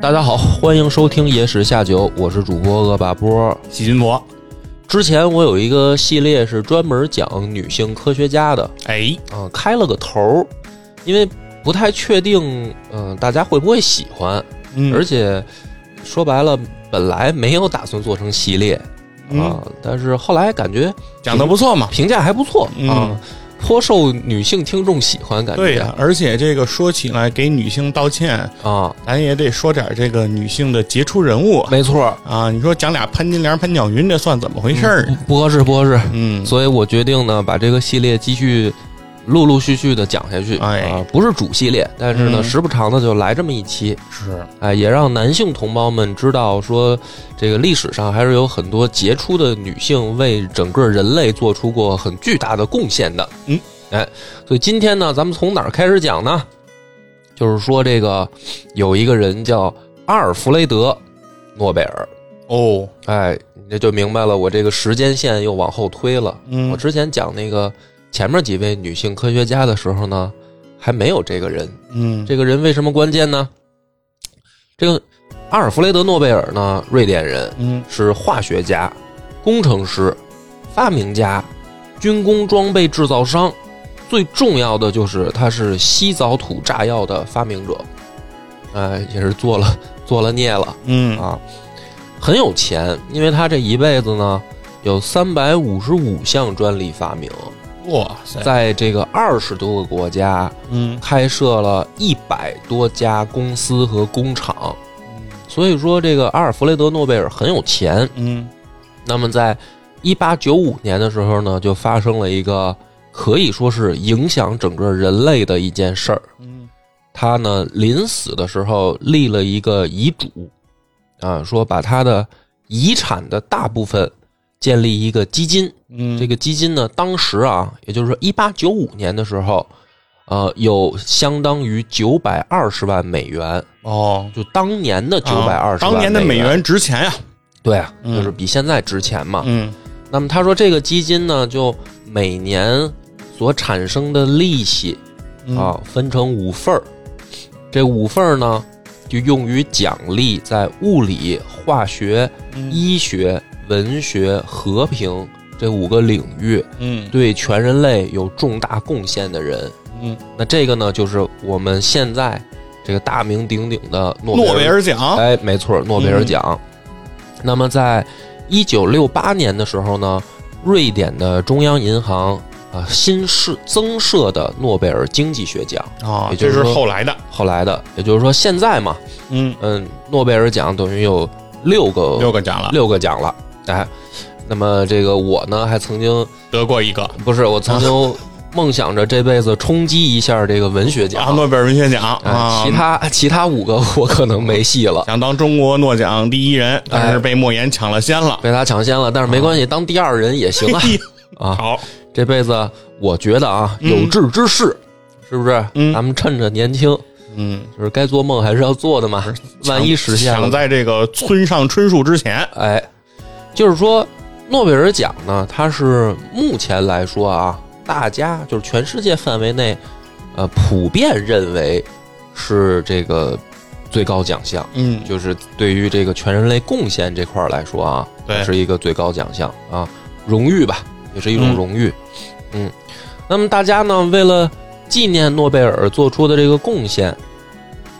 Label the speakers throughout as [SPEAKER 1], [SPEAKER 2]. [SPEAKER 1] 大家好，欢迎收听《野史下酒》，我是主播恶霸波。
[SPEAKER 2] 细菌博，
[SPEAKER 1] 之前我有一个系列是专门讲女性科学家的，
[SPEAKER 2] 哎，
[SPEAKER 1] 啊、开了个头儿，因为不太确定，嗯、大家会不会喜欢，
[SPEAKER 2] 嗯
[SPEAKER 1] 而且说白了，本来没有打算做成系列啊、
[SPEAKER 2] 嗯
[SPEAKER 1] 但是后来感觉
[SPEAKER 2] 讲的不错嘛，
[SPEAKER 1] 评价还不错
[SPEAKER 2] 嗯
[SPEAKER 1] 啊，颇受女性听众喜欢，感
[SPEAKER 2] 对
[SPEAKER 1] 觉
[SPEAKER 2] 呀、而且这个说起来给女性道歉，
[SPEAKER 1] 啊，
[SPEAKER 2] 咱也得说点这个女性的杰出人物
[SPEAKER 1] 没错儿，
[SPEAKER 2] 啊。你说讲俩潘金莲、潘巧云，这算怎么回事儿呢？
[SPEAKER 1] 不合适，不合适。
[SPEAKER 2] 嗯，
[SPEAKER 1] 所以我决定呢，把这个系列继续陆陆续续的讲下去，
[SPEAKER 2] 哎
[SPEAKER 1] 啊，不是主系列，但是呢，
[SPEAKER 2] 嗯
[SPEAKER 1] 时不常的就来这么一期，
[SPEAKER 2] 是，
[SPEAKER 1] 哎，也让男性同胞们知道说，这个历史上还是有很多杰出的女性为整个人类做出过很巨大的贡献的，
[SPEAKER 2] 嗯，
[SPEAKER 1] 哎，所以今天呢，咱们从哪儿开始讲呢？就是说，这个有一个人叫阿尔弗雷德·诺贝尔，
[SPEAKER 2] 哦，
[SPEAKER 1] 哎，你这就明白了，我这个时间线又往后推了。
[SPEAKER 2] 嗯，
[SPEAKER 1] 我之前讲那个前面几位女性科学家的时候呢，还没有这个人。
[SPEAKER 2] 嗯，
[SPEAKER 1] 这个人为什么关键呢？这个阿尔弗雷德·诺贝尔呢，瑞典人，
[SPEAKER 2] 嗯，
[SPEAKER 1] 是化学家、工程师、发明家、军工装备制造商，最重要的就是他是西藻土炸药的发明者，哎，也是做了做了孽了。
[SPEAKER 2] 嗯，
[SPEAKER 1] 啊，很有钱，因为他这一辈子呢有三百五十五项专利发明，
[SPEAKER 2] 哇塞，
[SPEAKER 1] 在这个二十多个国家
[SPEAKER 2] 嗯，
[SPEAKER 1] 开设了一百多家公司和工厂，所以说这个阿尔弗雷德·诺贝尔很有钱。
[SPEAKER 2] 嗯，
[SPEAKER 1] 那么在一八九五年的时候呢，就发生了一个可以说是影响整个人类的一件事儿。
[SPEAKER 2] 嗯，
[SPEAKER 1] 他呢临死的时候立了一个遗嘱，啊，说把他的遗产的大部分建立一个基金。
[SPEAKER 2] 嗯，
[SPEAKER 1] 这个基金呢，当时啊，也就是说一八九五年的时候，呃，有相当于九百二十万美元，
[SPEAKER 2] 哦，
[SPEAKER 1] 就当年的九百二
[SPEAKER 2] 啊
[SPEAKER 1] 十万、
[SPEAKER 2] 当年的美
[SPEAKER 1] 美，
[SPEAKER 2] 元值钱呀，
[SPEAKER 1] 对啊，
[SPEAKER 2] 嗯
[SPEAKER 1] 就是比现在值钱嘛。
[SPEAKER 2] 嗯，
[SPEAKER 1] 那么他说这个基金呢，就每年所产生的利息
[SPEAKER 2] 嗯，
[SPEAKER 1] 啊，分成五份儿，这五份儿呢，就用于奖励在物理、化学、
[SPEAKER 2] 嗯，
[SPEAKER 1] 医学、文学、和平这五个领域
[SPEAKER 2] 嗯，
[SPEAKER 1] 对全人类有重大贡献的人。
[SPEAKER 2] 嗯，
[SPEAKER 1] 那这个呢，就是我们现在这个大名鼎鼎的诺
[SPEAKER 2] 诺贝
[SPEAKER 1] 尔。
[SPEAKER 2] 尔奖，嗯
[SPEAKER 1] 哎，没错，诺贝尔奖。那么在一九六八年的时候呢，瑞典的中央银行啊新设增设的诺贝尔经济学奖。
[SPEAKER 2] 啊，
[SPEAKER 1] 也就
[SPEAKER 2] 这
[SPEAKER 1] 是
[SPEAKER 2] 是
[SPEAKER 1] 说
[SPEAKER 2] 后来的，
[SPEAKER 1] 后来的，也就是说现在嘛，
[SPEAKER 2] 嗯，
[SPEAKER 1] 嗯，诺贝尔奖等于有六个
[SPEAKER 2] 六个奖了，
[SPEAKER 1] 六个奖了，哎，那么这个我呢还曾经
[SPEAKER 2] 得过一个，
[SPEAKER 1] 不是我曾 经梦想着这辈子冲击一下这个文学
[SPEAKER 2] 啊，
[SPEAKER 1] 奖，
[SPEAKER 2] 诺贝尔文学奖
[SPEAKER 1] 哎
[SPEAKER 2] 啊，
[SPEAKER 1] 其他其他五个我可能没戏了，
[SPEAKER 2] 想当中国诺奖第一人，但是被莫言抢了先了。哎
[SPEAKER 1] 被他抢先了，但是没关系，当第二人也行啊 啊，
[SPEAKER 2] 好，
[SPEAKER 1] 这辈子我觉得啊有志之士，是不是？
[SPEAKER 2] 嗯
[SPEAKER 1] 咱们趁着年轻，
[SPEAKER 2] 嗯，
[SPEAKER 1] 就是该做梦还是要做的嘛，万一实现了
[SPEAKER 2] 抢在这个村上春树之前。
[SPEAKER 1] 哎，就是说诺贝尔奖呢，它是目前来说啊，大家就是全世界范围内，呃，普遍认为是这个最高奖项，
[SPEAKER 2] 嗯，
[SPEAKER 1] 就是对于这个全人类贡献这块儿来说啊，
[SPEAKER 2] 对
[SPEAKER 1] 是一个最高奖项啊，荣誉吧，也是一种
[SPEAKER 2] 嗯
[SPEAKER 1] 荣誉。嗯那么大家呢，为了纪念诺贝尔做出的这个贡献，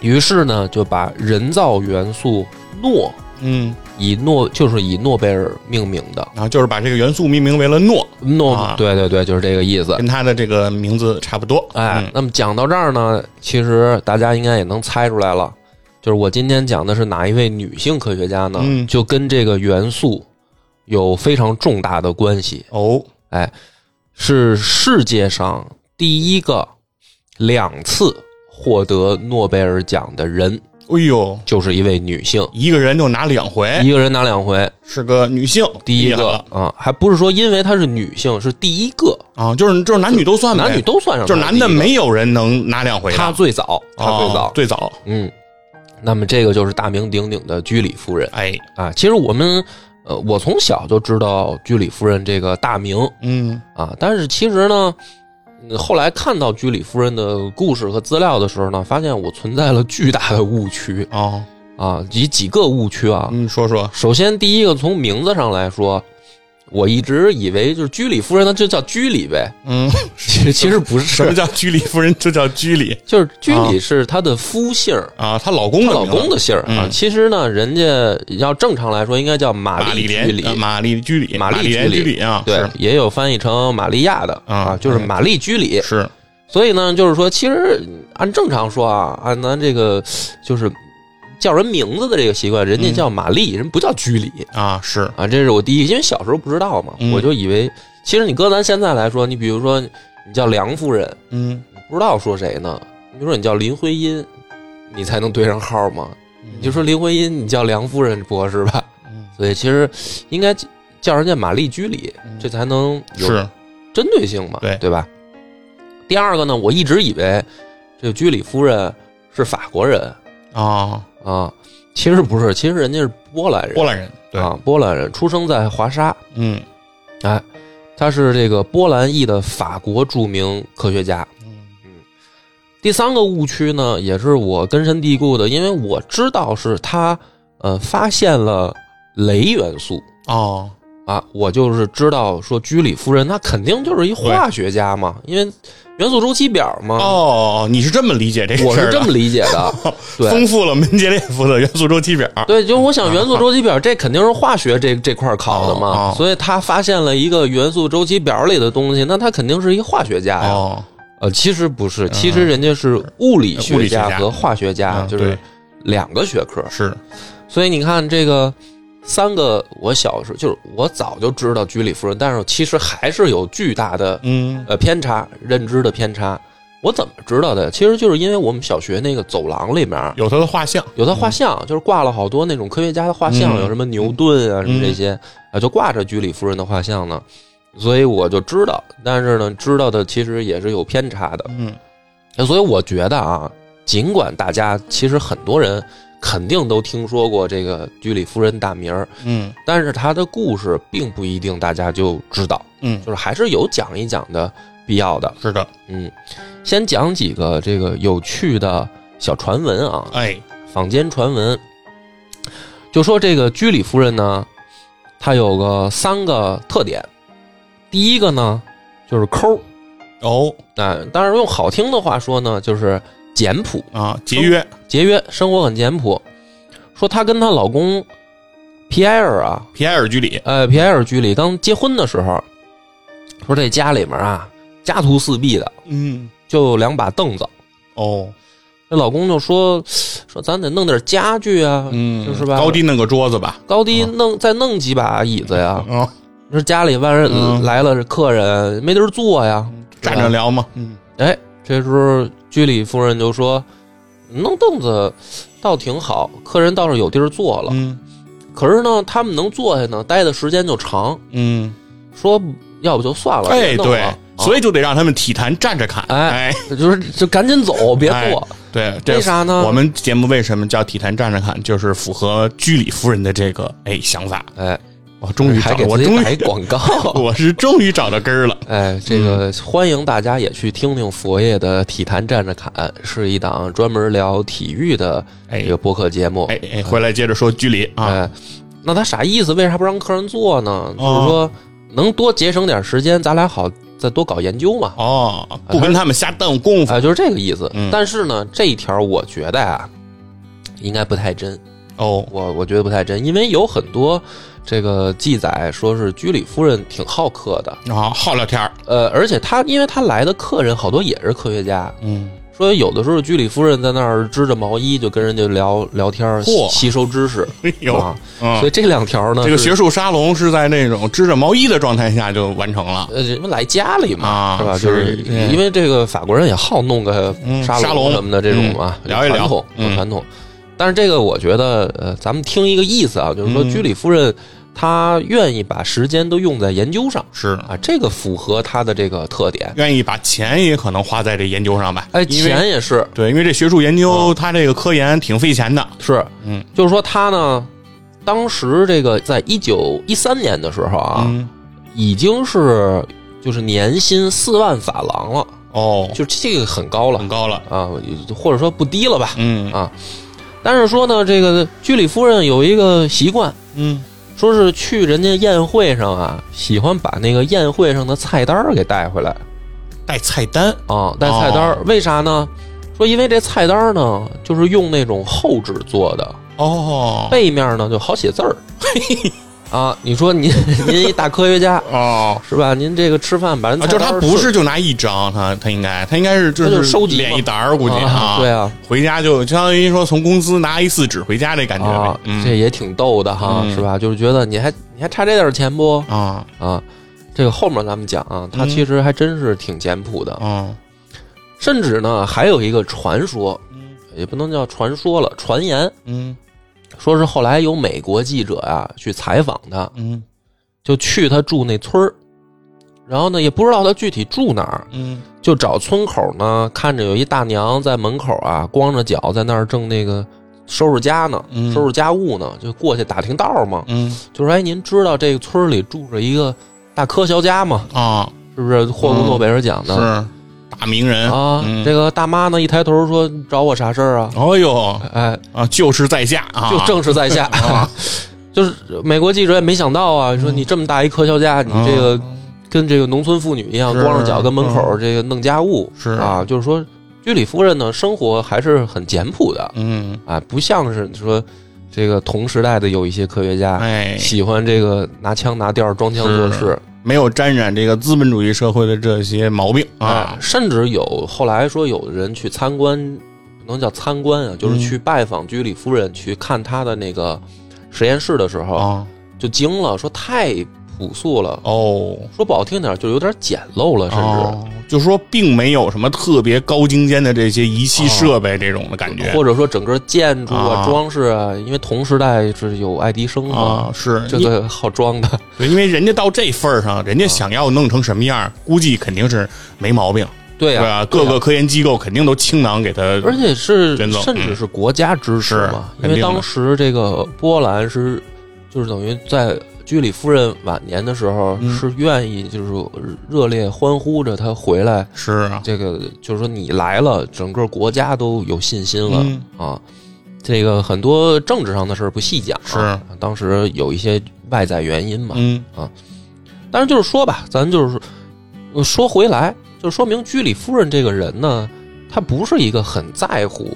[SPEAKER 1] 于是呢，就把人造元素诺
[SPEAKER 2] 嗯，
[SPEAKER 1] 以诺就是以诺贝尔命名的
[SPEAKER 2] 然后就是把这个元素命名为了诺，
[SPEAKER 1] 诺、
[SPEAKER 2] 啊
[SPEAKER 1] 对对对，就是这个意思。
[SPEAKER 2] 跟他的这个名字差不多。
[SPEAKER 1] 哎，
[SPEAKER 2] 嗯，
[SPEAKER 1] 那么讲到这儿呢，其实大家应该也能猜出来了，就是我今天讲的是哪一位女性科学家呢？
[SPEAKER 2] 嗯
[SPEAKER 1] 就跟这个元素有非常重大的关系，
[SPEAKER 2] 哦，
[SPEAKER 1] 是世界上第一个两次获得诺贝尔奖的人，
[SPEAKER 2] 哎呦，
[SPEAKER 1] 就是一位女性，
[SPEAKER 2] 一个人就拿两回，
[SPEAKER 1] 一个人拿两回，
[SPEAKER 2] 是个女性，
[SPEAKER 1] 第一
[SPEAKER 2] 哎厉害
[SPEAKER 1] 个
[SPEAKER 2] 了
[SPEAKER 1] 啊，还不是说因为她是女性，是第一个，
[SPEAKER 2] 啊，就是就是男女都算呗
[SPEAKER 1] 男女都算上，
[SPEAKER 2] 就是男的
[SPEAKER 1] 没。
[SPEAKER 2] 没有人能拿两回的，
[SPEAKER 1] 他最早，他最早，
[SPEAKER 2] 哦最早，
[SPEAKER 1] 嗯，那么这个就是大名鼎鼎的居里夫人
[SPEAKER 2] 哎，
[SPEAKER 1] 啊。其实我们，呃，我从小就知道居里夫人这个大名
[SPEAKER 2] 嗯
[SPEAKER 1] 啊，但是其实呢，嗯后来看到居里夫人的故事和资料的时候呢，发现我存在了巨大的误区。
[SPEAKER 2] 哦，
[SPEAKER 1] 啊，几几个误区啊。
[SPEAKER 2] 嗯，说说，
[SPEAKER 1] 首先，第一个从名字上来说，我一直以为就是居里夫人，那就叫居里呗。
[SPEAKER 2] 嗯，
[SPEAKER 1] 其实其实不
[SPEAKER 2] 什么
[SPEAKER 1] 是，
[SPEAKER 2] 叫居里夫人？就叫居里
[SPEAKER 1] 就是居里是她的夫姓儿，
[SPEAKER 2] 啊，她老公
[SPEAKER 1] 她
[SPEAKER 2] 的
[SPEAKER 1] 老
[SPEAKER 2] 名字
[SPEAKER 1] 公的姓儿啊。
[SPEAKER 2] 嗯
[SPEAKER 1] 其实呢，人家要正常来说应该叫玛
[SPEAKER 2] 玛
[SPEAKER 1] 丽
[SPEAKER 2] 丽
[SPEAKER 1] 居
[SPEAKER 2] 莲
[SPEAKER 1] 里，
[SPEAKER 2] 呃玛丽居里，
[SPEAKER 1] 玛
[SPEAKER 2] 玛
[SPEAKER 1] 丽
[SPEAKER 2] 丽
[SPEAKER 1] 居里
[SPEAKER 2] 莲居里啊，
[SPEAKER 1] 对，也有翻译成玛利亚的
[SPEAKER 2] 啊
[SPEAKER 1] 啊，就是
[SPEAKER 2] 嗯
[SPEAKER 1] 玛丽居里
[SPEAKER 2] 是。是，
[SPEAKER 1] 所以呢，就是说，其实按正常说啊，按咱这个就是叫人名字的这个习惯，人家叫玛丽，人不叫居里
[SPEAKER 2] 啊，是
[SPEAKER 1] 啊。这是我第一，因为小时候不知道嘛，
[SPEAKER 2] 嗯
[SPEAKER 1] 我就以为，其实你搁咱现在来说，你比如说你叫梁夫人，
[SPEAKER 2] 嗯，
[SPEAKER 1] 你不知道说谁呢？你比如说你叫林徽因，你才能对上号嘛。你就说林徽因，你叫梁夫人不合适吧？
[SPEAKER 2] 嗯
[SPEAKER 1] 所以其实应该叫人家玛丽居里，这才能有
[SPEAKER 2] 嗯是
[SPEAKER 1] 针对性嘛，
[SPEAKER 2] 对
[SPEAKER 1] 吧？第二个呢，我一直以为这个居里夫人是法国人
[SPEAKER 2] 啊，
[SPEAKER 1] 啊，其实不是，其实人家是波兰人，
[SPEAKER 2] 波兰人对，
[SPEAKER 1] 啊，波兰人出生在华沙，
[SPEAKER 2] 嗯
[SPEAKER 1] 哎，他是这个波兰裔的法国著名科学家。
[SPEAKER 2] 嗯
[SPEAKER 1] 第三个误区呢，也是我根深蒂固的，因为我知道是他呃发现了镭元素
[SPEAKER 2] 哦，
[SPEAKER 1] 啊，我就是知道说居里夫人她肯定就是一化学家嘛，因为元素周期表嘛。
[SPEAKER 2] 哦，你是这么理解这个
[SPEAKER 1] 嗯我
[SPEAKER 2] 事
[SPEAKER 1] 是
[SPEAKER 2] 儿
[SPEAKER 1] 这
[SPEAKER 2] 的？啊
[SPEAKER 1] 么理解的，对
[SPEAKER 2] 丰富了门捷列夫的元素周期表。
[SPEAKER 1] 对，就是我想元素周期表，这肯定是化学这这块儿考的
[SPEAKER 2] 哦
[SPEAKER 1] 嘛，
[SPEAKER 2] 哦
[SPEAKER 1] 所以他发现了一个元素周期表里的东西，那他肯定是一化学家呀。
[SPEAKER 2] 哦，嗯
[SPEAKER 1] 呃，其实不是，其实人家是物理
[SPEAKER 2] 物
[SPEAKER 1] 学
[SPEAKER 2] 理学家
[SPEAKER 1] 和化学家，
[SPEAKER 2] 嗯
[SPEAKER 1] 啊 就是
[SPEAKER 2] 对
[SPEAKER 1] 两个学科。
[SPEAKER 2] 是
[SPEAKER 1] 所以你看这个三个，我小时候就是我早就知道居里夫人，但是其实还是有巨大的
[SPEAKER 2] 嗯
[SPEAKER 1] 呃偏差，认知的偏差。我怎么知道的？其实就是因为我们小学那个走廊里面，
[SPEAKER 2] 有他的画像，
[SPEAKER 1] 有他画像，就是挂了好多那种科学家的画像，
[SPEAKER 2] 嗯
[SPEAKER 1] 有什么牛顿啊什么这些啊，就挂着居里夫人的画像呢，所以我就知道，但是呢，知道的其实也是有偏差的，
[SPEAKER 2] 嗯
[SPEAKER 1] 所以我觉得啊，尽管大家其实很多人肯定都听说过这个居里夫人大名儿，
[SPEAKER 2] 嗯
[SPEAKER 1] 但是她的故事并不一定大家就知道，
[SPEAKER 2] 嗯
[SPEAKER 1] 就，是还是有讲一讲的必要的。
[SPEAKER 2] 是的，
[SPEAKER 1] 嗯，先讲几个这个有趣的小传闻啊，
[SPEAKER 2] 哎，
[SPEAKER 1] 坊间传闻，就说这个居里夫人呢，她有个三个特点。第一个呢，就是抠儿，
[SPEAKER 2] 哦
[SPEAKER 1] 啊、当然用好听的话说呢，就是简朴、
[SPEAKER 2] 啊，节约，
[SPEAKER 1] 节约，生活很简朴。说她跟她老公皮埃尔啊，
[SPEAKER 2] 皮埃尔居里，
[SPEAKER 1] 呃，皮埃尔居里刚结婚的时候，说这家里面啊，家徒四壁的，
[SPEAKER 2] 嗯，
[SPEAKER 1] 就两把凳子。
[SPEAKER 2] 哦，
[SPEAKER 1] 这老公就说说咱得弄点家具啊，
[SPEAKER 2] 嗯，啊
[SPEAKER 1] 就是吧
[SPEAKER 2] 高低弄个桌子吧，
[SPEAKER 1] 高低弄再弄几把椅子呀，
[SPEAKER 2] 啊，
[SPEAKER 1] 说家里万人
[SPEAKER 2] 嗯
[SPEAKER 1] 来了客人没地儿坐呀，
[SPEAKER 2] 站着聊嘛，嗯
[SPEAKER 1] 哎，这时候居里夫人就说，弄凳子倒挺好，客人倒是有地儿坐了。
[SPEAKER 2] 嗯
[SPEAKER 1] 可是呢，他们能坐下呢，待的时间就长，
[SPEAKER 2] 嗯，
[SPEAKER 1] 说要不就算了，别
[SPEAKER 2] 哎，
[SPEAKER 1] 弄了
[SPEAKER 2] 对
[SPEAKER 1] 啊，
[SPEAKER 2] 所以就得让他们体坛站着看，
[SPEAKER 1] 哎
[SPEAKER 2] 哎，
[SPEAKER 1] 就是就赶紧走，别
[SPEAKER 2] 哎
[SPEAKER 1] 坐。
[SPEAKER 2] 对，这
[SPEAKER 1] 为啥呢
[SPEAKER 2] 我们节目为什么叫体坛站着看，就是符合居里夫人的这个哎想法。
[SPEAKER 1] 哎，
[SPEAKER 2] 我终于
[SPEAKER 1] 还
[SPEAKER 2] 找
[SPEAKER 1] 给，
[SPEAKER 2] 我
[SPEAKER 1] 自己
[SPEAKER 2] 终
[SPEAKER 1] 打一
[SPEAKER 2] 于，
[SPEAKER 1] 广告。
[SPEAKER 2] 我是终于找到根儿了。
[SPEAKER 1] 哎，这
[SPEAKER 2] 嗯
[SPEAKER 1] 个欢迎大家也去听听佛爷的《体坛站着侃》，是一档专门聊体育的
[SPEAKER 2] 哎
[SPEAKER 1] 一个播客节目。
[SPEAKER 2] 哎哎，回来接着说居里啊，
[SPEAKER 1] 哎，那他啥意思？为啥不让客人做呢？就
[SPEAKER 2] 哦
[SPEAKER 1] 是说能多节省点时间，咱俩好再多搞研究嘛。
[SPEAKER 2] 哦，不跟他们瞎耽误功夫
[SPEAKER 1] 啊，就是这个意思。
[SPEAKER 2] 嗯
[SPEAKER 1] 但是呢，这一条我觉得啊，应该不太真。
[SPEAKER 2] 哦，
[SPEAKER 1] 我我觉得不太真，因为有很多这个记载说是居里夫人挺好客的，
[SPEAKER 2] 然后啊好聊天儿，
[SPEAKER 1] 呃，而且她因为她来的客人好多也是科学家，
[SPEAKER 2] 嗯，
[SPEAKER 1] 说有的时候居里夫人在那儿织着毛衣就跟人家聊聊天儿，吸
[SPEAKER 2] 嚯
[SPEAKER 1] 吸收知识
[SPEAKER 2] 哎呦
[SPEAKER 1] 啊。，所
[SPEAKER 2] 嗯
[SPEAKER 1] 以，这两条呢，
[SPEAKER 2] 这个
[SPEAKER 1] 是
[SPEAKER 2] 学术沙龙是在那种织着毛衣的状态下就完成了，
[SPEAKER 1] 呃，人们来家里嘛，
[SPEAKER 2] 啊
[SPEAKER 1] 是吧？
[SPEAKER 2] 是
[SPEAKER 1] 就是
[SPEAKER 2] 嗯
[SPEAKER 1] 因为这个法国人也好弄个
[SPEAKER 2] 嗯
[SPEAKER 1] 沙
[SPEAKER 2] 沙
[SPEAKER 1] 龙
[SPEAKER 2] 龙
[SPEAKER 1] 什么的这种啊，
[SPEAKER 2] 嗯聊一聊
[SPEAKER 1] 传统
[SPEAKER 2] 嗯
[SPEAKER 1] 有传统。但是这个我觉得，呃，咱们听一个意思啊，就是说
[SPEAKER 2] 嗯
[SPEAKER 1] 居里夫人她愿意把时间都用在研究上
[SPEAKER 2] 是
[SPEAKER 1] 啊，这个符合她的这个特点。
[SPEAKER 2] 愿意把钱也可能花在这研究上吧？
[SPEAKER 1] 哎，
[SPEAKER 2] 因为
[SPEAKER 1] 钱也哦是
[SPEAKER 2] 对，因为这学术研究它这个科研挺费钱的，
[SPEAKER 1] 是，
[SPEAKER 2] 嗯，
[SPEAKER 1] 就是说她呢，当时这个在一九一三年的时候啊，
[SPEAKER 2] 嗯，
[SPEAKER 1] 已经是就是年薪四万法郎了，
[SPEAKER 2] 哦，
[SPEAKER 1] 就这个很高了
[SPEAKER 2] 嗯很高了，
[SPEAKER 1] 啊，或者说不低了吧。
[SPEAKER 2] 嗯
[SPEAKER 1] 啊，但是说呢，这个居里夫人有一个习惯，
[SPEAKER 2] 嗯，
[SPEAKER 1] 说是去人家宴会上啊，喜欢把那个宴会上的菜单儿给带回来
[SPEAKER 2] 带菜单，
[SPEAKER 1] 啊，带菜单儿。
[SPEAKER 2] 哦
[SPEAKER 1] 为啥呢？说因为这菜单儿呢，就是用那种厚纸做的，
[SPEAKER 2] 哦
[SPEAKER 1] 背面呢就好写字儿。啊，你 说您您一大科学家
[SPEAKER 2] 哦。
[SPEAKER 1] 是吧？您这个吃饭把人
[SPEAKER 2] 啊，
[SPEAKER 1] 菜
[SPEAKER 2] 就是
[SPEAKER 1] 单
[SPEAKER 2] 他
[SPEAKER 1] 儿
[SPEAKER 2] 不
[SPEAKER 1] 顺
[SPEAKER 2] 是就拿一张，他他应该他应该是就
[SPEAKER 1] 他就是收集嘛
[SPEAKER 2] 敛一沓儿，估计
[SPEAKER 1] 啊，对啊，
[SPEAKER 2] 回家就相当于说从公司拿 A 四纸回家这感觉
[SPEAKER 1] 啊
[SPEAKER 2] 呗，，嗯
[SPEAKER 1] 这也挺逗的哈，
[SPEAKER 2] 嗯
[SPEAKER 1] 是吧？就是觉得你还你还差这点钱不
[SPEAKER 2] 啊
[SPEAKER 1] 啊？这个后面咱们讲啊，他
[SPEAKER 2] 嗯
[SPEAKER 1] 其实还真是挺简朴的，
[SPEAKER 2] 啊
[SPEAKER 1] 甚至呢还有一个传说，
[SPEAKER 2] 嗯
[SPEAKER 1] 也不能叫传说了，传言
[SPEAKER 2] 嗯
[SPEAKER 1] 说是后来有美国记者啊去采访他，
[SPEAKER 2] 嗯
[SPEAKER 1] 就去他住那村儿，然后呢也不知道他具体住哪儿，
[SPEAKER 2] 嗯
[SPEAKER 1] 就找村口呢，看着有一大娘在门口啊光着脚在那儿正那个收拾家呢，
[SPEAKER 2] 嗯
[SPEAKER 1] 收拾家务呢，就过去打听道儿嘛。
[SPEAKER 2] 嗯
[SPEAKER 1] 就说：“哎，您知道这个村儿里住着一个大科学家吗？
[SPEAKER 2] 啊
[SPEAKER 1] 是不是获
[SPEAKER 2] 嗯
[SPEAKER 1] 过诺贝尔奖的？
[SPEAKER 2] 是大名人
[SPEAKER 1] 啊，
[SPEAKER 2] 嗯
[SPEAKER 1] 这个大妈呢，一抬头说：‘找我啥事儿啊
[SPEAKER 2] 哦呦？’
[SPEAKER 1] 哎，
[SPEAKER 2] 啊，就是在下啊，哦
[SPEAKER 1] 就正是在下。 就是美国记者也没想到啊，
[SPEAKER 2] 嗯
[SPEAKER 1] 说你这么大一科学家，你这个跟这个农村妇女一样，
[SPEAKER 2] 是嗯
[SPEAKER 1] 光着脚跟门口这个弄家务
[SPEAKER 2] 是
[SPEAKER 1] 啊，就是说居里夫人呢，生活还是很简朴的
[SPEAKER 2] 嗯，
[SPEAKER 1] 啊，不像是说这个同时代的有一些科学家。”
[SPEAKER 2] 哎，
[SPEAKER 1] 喜欢这个拿枪拿调儿装腔作
[SPEAKER 2] 是
[SPEAKER 1] 势，
[SPEAKER 2] 没有沾染这个资本主义社会的这些毛病
[SPEAKER 1] 啊
[SPEAKER 2] 啊，，
[SPEAKER 1] 甚至有后来说有人去参观，不能叫参观啊，就是
[SPEAKER 2] 嗯
[SPEAKER 1] 去拜访居里夫人，去看她的那个实验室的时候，
[SPEAKER 2] 啊
[SPEAKER 1] 就惊了，说太朴素了，
[SPEAKER 2] 哦。
[SPEAKER 1] 说不好听点儿就有点简陋了，甚至。
[SPEAKER 2] 哦，就说并没有什么特别高精尖的这些仪器设备这种的感觉，
[SPEAKER 1] 或者说整个建筑啊、
[SPEAKER 2] 啊
[SPEAKER 1] 装饰啊，因为同时代是有爱迪生嘛，
[SPEAKER 2] 啊，是
[SPEAKER 1] 这个好装的。
[SPEAKER 2] 对，因为人家到这份儿上，
[SPEAKER 1] 啊
[SPEAKER 2] 人家想要弄成什么样儿，估计肯定是没毛病，
[SPEAKER 1] 对啊
[SPEAKER 2] 对
[SPEAKER 1] 呀、
[SPEAKER 2] 吧？各个科研机构肯定都倾囊给他，
[SPEAKER 1] 而且是
[SPEAKER 2] 真的嗯
[SPEAKER 1] 甚至是国家支持嘛，
[SPEAKER 2] 是
[SPEAKER 1] 因为
[SPEAKER 2] 肯定的
[SPEAKER 1] 当时这个波兰是就是等于在居里夫人晚年的时候、
[SPEAKER 2] 嗯
[SPEAKER 1] 是愿意就是热烈欢呼着她回来，
[SPEAKER 2] 是啊，
[SPEAKER 1] 这个就是说你来了，整个国家都有信心了、
[SPEAKER 2] 嗯
[SPEAKER 1] 啊。这个很多政治上的事儿不细讲、啊，
[SPEAKER 2] 是
[SPEAKER 1] 当时有一些外在原因嘛。
[SPEAKER 2] 嗯
[SPEAKER 1] 但是就是说吧，咱就是呃说回来，就说明居里夫人这个人呢，她不是一个很在乎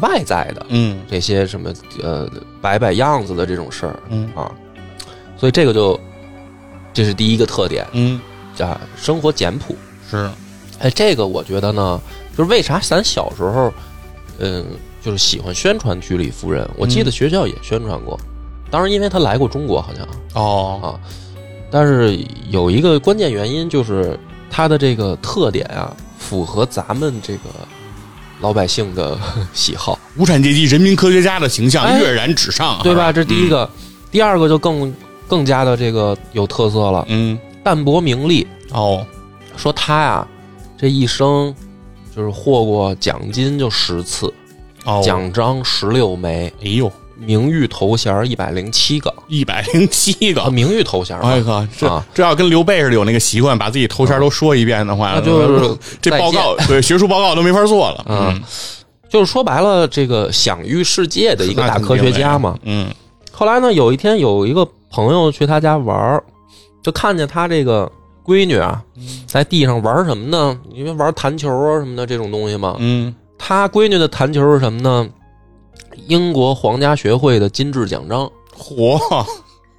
[SPEAKER 1] 外在的
[SPEAKER 2] 嗯
[SPEAKER 1] 这些什么呃摆摆样子的这种事儿
[SPEAKER 2] 嗯
[SPEAKER 1] 啊，所以这个就这是第一个特点
[SPEAKER 2] 嗯，
[SPEAKER 1] 啊，生活简朴。
[SPEAKER 2] 是
[SPEAKER 1] 哎，这个我觉得呢，就是为啥咱小时候，嗯，就是喜欢宣传居里夫人，我记得
[SPEAKER 2] 嗯
[SPEAKER 1] 学校也宣传过，当然因为她来过中国好像。
[SPEAKER 2] 哦，
[SPEAKER 1] 但是有一个关键原因就是它的这个特点啊，符合咱们这个老百姓的喜好，
[SPEAKER 2] 无产阶级人民科学家的形象
[SPEAKER 1] 哎
[SPEAKER 2] 跃然纸上，啊
[SPEAKER 1] 对吧？
[SPEAKER 2] 还是
[SPEAKER 1] 这第一，个，
[SPEAKER 2] 嗯
[SPEAKER 1] 第二个就更更加的这个有特色了，
[SPEAKER 2] 嗯，
[SPEAKER 1] 淡泊名利。
[SPEAKER 2] 嗯哦，
[SPEAKER 1] 说他呀、这一生就是获过奖金就十次，
[SPEAKER 2] 哦，，
[SPEAKER 1] 奖章十六枚，
[SPEAKER 2] 哎呦，
[SPEAKER 1] 名誉头衔一百零七个
[SPEAKER 2] 一百零七
[SPEAKER 1] 啊，
[SPEAKER 2] 个。
[SPEAKER 1] 名誉头衔嘛
[SPEAKER 2] 啊哎哥，
[SPEAKER 1] 啊
[SPEAKER 2] 这这要跟刘备似的有那个习惯，把自己头衔都说一遍的话，
[SPEAKER 1] 那就是
[SPEAKER 2] 这
[SPEAKER 1] 再见
[SPEAKER 2] 报告对学术报告都没法做了。
[SPEAKER 1] 嗯就是说白了，这个享誉世界的一个
[SPEAKER 2] 那
[SPEAKER 1] 大
[SPEAKER 2] 肯
[SPEAKER 1] 科
[SPEAKER 2] 定
[SPEAKER 1] 学
[SPEAKER 2] 的
[SPEAKER 1] 家
[SPEAKER 2] 呀
[SPEAKER 1] 嘛。
[SPEAKER 2] 嗯
[SPEAKER 1] 后来呢，有一天有一个朋友去他家玩儿，就看见他这个闺女啊，
[SPEAKER 2] 嗯
[SPEAKER 1] 在地上玩什么呢？因为玩弹球啊什么的这种东西嘛。
[SPEAKER 2] 嗯
[SPEAKER 1] 他闺女的弹球是什么呢？英国皇家学会的金质奖章。
[SPEAKER 2] 嗯，嚯，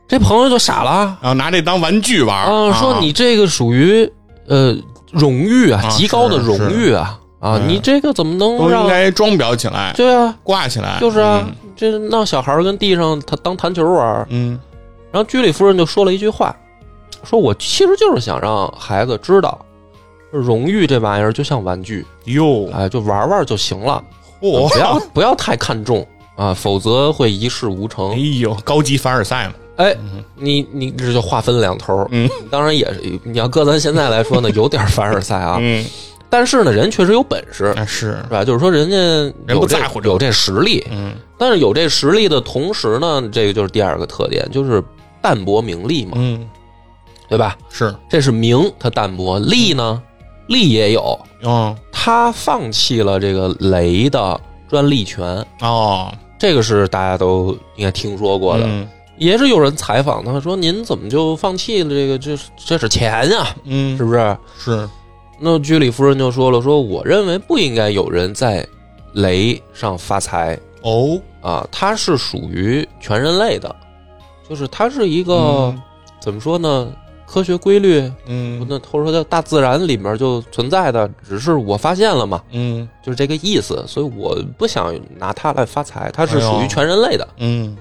[SPEAKER 1] 这朋友就傻了啊，
[SPEAKER 2] 然后拿这当玩具玩儿
[SPEAKER 1] 啊说你这个属于呃荣誉啊，
[SPEAKER 2] 啊
[SPEAKER 1] 极高的
[SPEAKER 2] 是
[SPEAKER 1] 荣誉啊啊，
[SPEAKER 2] 嗯
[SPEAKER 1] 你这个怎么能
[SPEAKER 2] 都应
[SPEAKER 1] 让？
[SPEAKER 2] 该嗯装裱起来，
[SPEAKER 1] 对啊，
[SPEAKER 2] 挂起来，
[SPEAKER 1] 就是啊，这让小孩儿跟地上他当弹球玩儿。
[SPEAKER 2] 嗯，
[SPEAKER 1] 然后居里夫人就说了一句话，说我其实就是想让孩子知道，荣誉这玩意儿就像玩具，
[SPEAKER 2] 嗯，哟，
[SPEAKER 1] 哎，就玩玩就行了，
[SPEAKER 2] 嚯，
[SPEAKER 1] 啊不要不要太看重啊，否则会一事无
[SPEAKER 2] 哎
[SPEAKER 1] 成。
[SPEAKER 2] 呦，高级凡尔赛嘛，
[SPEAKER 1] 哎，你你这就划分两头儿，
[SPEAKER 2] 嗯
[SPEAKER 1] 当然也是你要搁咱现在来说呢，有点凡尔赛啊，
[SPEAKER 2] 嗯，
[SPEAKER 1] 但是呢，人确实有本事。
[SPEAKER 2] 那是，
[SPEAKER 1] 是吧？就是说，人家
[SPEAKER 2] 人
[SPEAKER 1] 有
[SPEAKER 2] 不
[SPEAKER 1] 这
[SPEAKER 2] 在乎这个
[SPEAKER 1] 有这实力，
[SPEAKER 2] 嗯
[SPEAKER 1] 但是有这实力的同时呢，这个就是第二个特点，就是淡泊名利嘛，
[SPEAKER 2] 嗯，
[SPEAKER 1] 对吧？
[SPEAKER 2] 是，
[SPEAKER 1] 这是名，他淡泊；利呢，
[SPEAKER 2] 嗯
[SPEAKER 1] 利也有，
[SPEAKER 2] 哦
[SPEAKER 1] 他放弃了这个雷的专利权，
[SPEAKER 2] 哦，
[SPEAKER 1] 这个是大家都应该听说过的。
[SPEAKER 2] 嗯
[SPEAKER 1] 也是有人采访他说：“您怎么就放弃了这个？这这是钱呀、
[SPEAKER 2] 嗯
[SPEAKER 1] 是不是
[SPEAKER 2] 是？”
[SPEAKER 1] 那居里夫人就说了：“说我认为不应该有人在雷上发财
[SPEAKER 2] 哦，
[SPEAKER 1] 啊，它是属于全人类的，就是它是一个、
[SPEAKER 2] 嗯
[SPEAKER 1] 怎么说呢？科学规律，
[SPEAKER 2] 嗯
[SPEAKER 1] 那或者说在大自然里面就存在的，只是我发现了嘛，
[SPEAKER 2] 嗯
[SPEAKER 1] 就是这个意思。所以我不想拿它来发财，它是
[SPEAKER 2] 哎呦
[SPEAKER 1] 属于全人类的。
[SPEAKER 2] 嗯，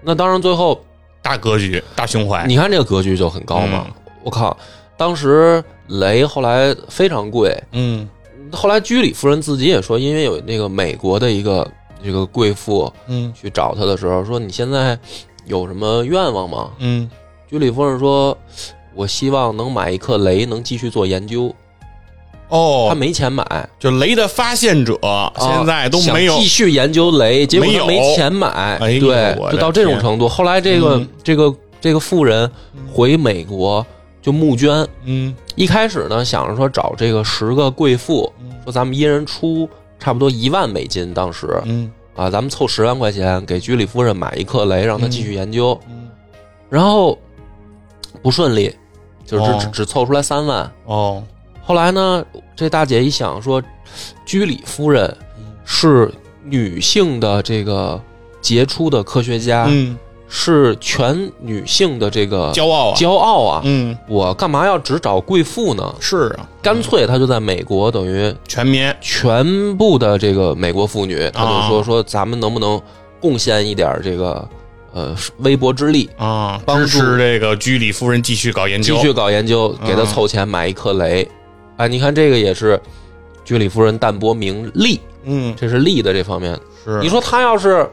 [SPEAKER 1] 那当然，最后
[SPEAKER 2] 大格局，大胸怀，
[SPEAKER 1] 你看这个格局就很高嘛。
[SPEAKER 2] 哎嗯
[SPEAKER 1] 我靠，当时雷后来非常贵，
[SPEAKER 2] 嗯
[SPEAKER 1] 后来居里夫人自己也说，因为有那个美国的一个这个贵妇
[SPEAKER 2] 嗯
[SPEAKER 1] 去找她的时候说：“你现在有什么愿望吗
[SPEAKER 2] 嗯，？”
[SPEAKER 1] 居里夫人说：“我希望能买一颗雷，能继续做研究。”
[SPEAKER 2] 哦
[SPEAKER 1] 她，没钱买，
[SPEAKER 2] 就雷的发现者
[SPEAKER 1] 哦
[SPEAKER 2] 现在都没有
[SPEAKER 1] 啊想继续研究雷，结果
[SPEAKER 2] 没
[SPEAKER 1] 他
[SPEAKER 2] 有
[SPEAKER 1] 没钱买，
[SPEAKER 2] 哎呦
[SPEAKER 1] 对
[SPEAKER 2] 我，的
[SPEAKER 1] 就到这种程度。后来这个、
[SPEAKER 2] 嗯
[SPEAKER 1] 这个这个富人回美国就募捐，
[SPEAKER 2] 嗯
[SPEAKER 1] 一开始呢想着说找这个十个贵妇，说咱们一人出差不多一万美金，当时
[SPEAKER 2] 嗯
[SPEAKER 1] 啊，咱们凑十万块钱给居里夫人买一颗雷，让她继续研究，
[SPEAKER 2] 嗯
[SPEAKER 1] 然后不顺利，就是只、
[SPEAKER 2] 哦
[SPEAKER 1] 只只凑出来三万。
[SPEAKER 2] 哦，
[SPEAKER 1] 后来呢，这大姐一想说，居里夫人
[SPEAKER 2] 嗯
[SPEAKER 1] 是女性的这个杰出的科学家，
[SPEAKER 2] 嗯，
[SPEAKER 1] 是全女性的这个
[SPEAKER 2] 骄傲啊，
[SPEAKER 1] 骄傲啊！
[SPEAKER 2] 嗯
[SPEAKER 1] 我干嘛要只找贵妇呢？
[SPEAKER 2] 是啊，
[SPEAKER 1] 干脆她就在美国，等于
[SPEAKER 2] 全民
[SPEAKER 1] 全部的这个美国妇
[SPEAKER 2] 啊
[SPEAKER 1] 女，她就说说咱们能不能贡献一点这个呃微薄之力，
[SPEAKER 2] 啊，
[SPEAKER 1] 帮
[SPEAKER 2] 支
[SPEAKER 1] 助
[SPEAKER 2] 持这个居里夫人继续搞研究
[SPEAKER 1] 继，续搞研究，给她
[SPEAKER 2] 嗯
[SPEAKER 1] 凑钱买一颗雷。哎，你看这个也是居里夫人淡泊名利，
[SPEAKER 2] 嗯
[SPEAKER 1] 这是利的这方面。
[SPEAKER 2] 是，
[SPEAKER 1] 你说他要是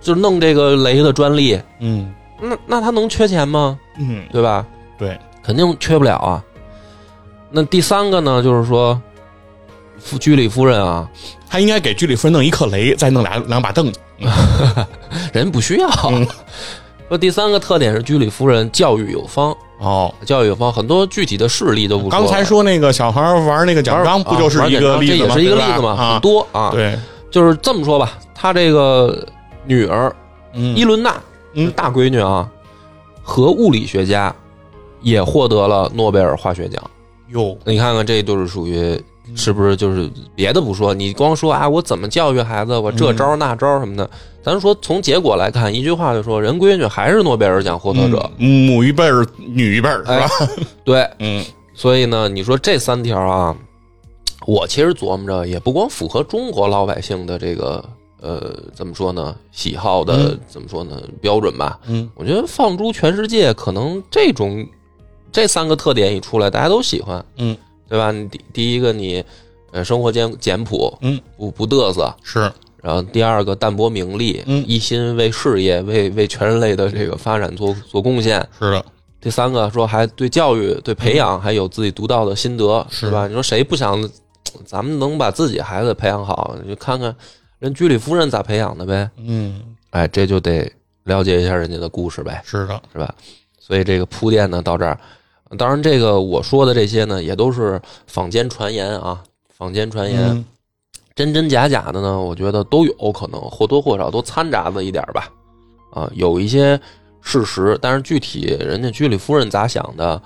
[SPEAKER 1] 就弄这个雷的专利，
[SPEAKER 2] 嗯
[SPEAKER 1] 那那他能缺钱吗？
[SPEAKER 2] 嗯
[SPEAKER 1] 对吧？
[SPEAKER 2] 对，
[SPEAKER 1] 肯定缺不了啊。那第三个呢，就是说，夫居里夫人啊，
[SPEAKER 2] 他应该给居里夫人弄一克雷，再弄俩两把凳子，
[SPEAKER 1] 人不需要。
[SPEAKER 2] 嗯
[SPEAKER 1] 说第三个特点是居里夫人教育有方，
[SPEAKER 2] 哦。
[SPEAKER 1] 教育有方，很多具体的事例都不说了。
[SPEAKER 2] 刚才说那个小孩玩那个
[SPEAKER 1] 玩
[SPEAKER 2] 奖章，不就是
[SPEAKER 1] 啊玩
[SPEAKER 2] 一个
[SPEAKER 1] 奖章
[SPEAKER 2] 例子吗？
[SPEAKER 1] 这也是一个
[SPEAKER 2] 对吧
[SPEAKER 1] 例子嘛，
[SPEAKER 2] 啊
[SPEAKER 1] 很，多啊。
[SPEAKER 2] 对，
[SPEAKER 1] 就是这么说吧，他这个女儿
[SPEAKER 2] 嗯
[SPEAKER 1] 伊伦娜，
[SPEAKER 2] 嗯
[SPEAKER 1] 大闺女啊，和物理学家也获得了诺贝尔化学奖。嗯
[SPEAKER 2] 哟，
[SPEAKER 1] 你看看，这就是属于是不是就是别的不说，你光说啊，我怎么教育孩子，我这
[SPEAKER 2] 嗯
[SPEAKER 1] 招那招什么的，咱说从结果来看，一句话就说，人闺女还是诺贝尔奖获得哎者。
[SPEAKER 2] 嗯母一辈儿，女一辈儿，是吧？
[SPEAKER 1] 对，
[SPEAKER 2] 嗯
[SPEAKER 1] 所以呢，你说这三条啊，我其实琢磨着，也不光符合中国老百姓的这个呃，怎么说呢，喜好的、怎么说呢标准吧，
[SPEAKER 2] 嗯，
[SPEAKER 1] 我觉得放诸全世界，可能这种这三个特点一出来，大家都喜欢，
[SPEAKER 2] 嗯，
[SPEAKER 1] 对吧？你第第一个你，呃，生活简简朴，
[SPEAKER 2] 嗯，
[SPEAKER 1] 不不嘚瑟，
[SPEAKER 2] 是，
[SPEAKER 1] 然后第二个淡泊名利，
[SPEAKER 2] 嗯
[SPEAKER 1] 一心为事业，为为全人类的这个发展做做贡献。
[SPEAKER 2] 是的，
[SPEAKER 1] 第三个说还对教育、对培养还有自己独到的心得，
[SPEAKER 2] 是
[SPEAKER 1] 是吧？你说谁不想，咱们能把自己孩子培养好，你就看看人居里夫人咋培养的呗。
[SPEAKER 2] 嗯，
[SPEAKER 1] 哎，这就得了解一下人家的故事呗。
[SPEAKER 2] 是的，
[SPEAKER 1] 是吧？所以这个铺垫呢到这儿，当然这个我说的这些呢也都是坊间传言啊，坊间传言、
[SPEAKER 2] 嗯，
[SPEAKER 1] 真真假假的呢，我觉得都有可能，或多或少都掺杂了一点儿吧。啊，有一些事实，但是具体人家居里夫人咋想的，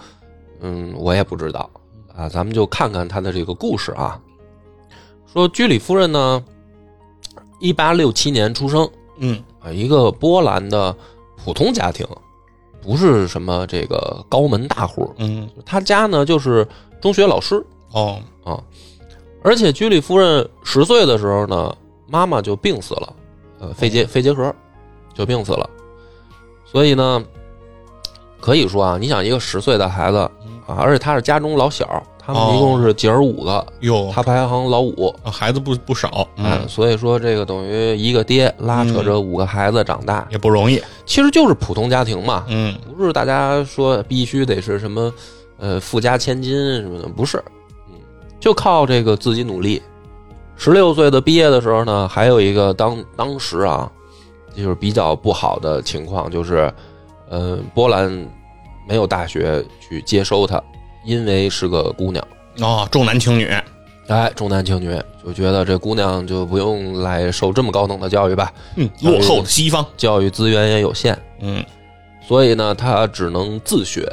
[SPEAKER 1] 嗯，我也不知道啊。咱们就看看她的这个故事啊。说居里夫人呢，一八六七年出生，
[SPEAKER 2] 嗯，
[SPEAKER 1] 啊，一个波兰的普通家庭，不是什么这个高门大户。
[SPEAKER 2] 嗯，
[SPEAKER 1] 他家呢就是中学老师，
[SPEAKER 2] 哦，
[SPEAKER 1] 而且居里夫人十岁的时候呢，妈妈就病死了，呃，肺结肺结核就病死了。所以呢，可以说啊，你想一个十岁的孩子啊，而且他是家中老小，他们一共是姐儿五个，
[SPEAKER 2] 哟，
[SPEAKER 1] 他排行老五。
[SPEAKER 2] 啊孩子不不少，
[SPEAKER 1] 哎，
[SPEAKER 2] 嗯，
[SPEAKER 1] 所以说这个等于一个爹拉扯着五个孩子长大，
[SPEAKER 2] 也不容易，
[SPEAKER 1] 其实就是普通家庭嘛，
[SPEAKER 2] 嗯，
[SPEAKER 1] 不是大家说必须得是什么，呃，富家千金什么的，不是，嗯，就靠这个自己努力。十六岁的毕业的时候呢，还有一个当当时啊，就是比较不好的情况，就是，呃，波兰没有大学去接收她，因为是个姑娘，
[SPEAKER 2] 啊哦，重男轻女，
[SPEAKER 1] 哎，重男轻女，就觉得这姑娘就不用来受这么高等的教育吧，
[SPEAKER 2] 嗯，落后的西方，
[SPEAKER 1] 教育资源也有限，
[SPEAKER 2] 嗯，
[SPEAKER 1] 所以呢，她只能自学。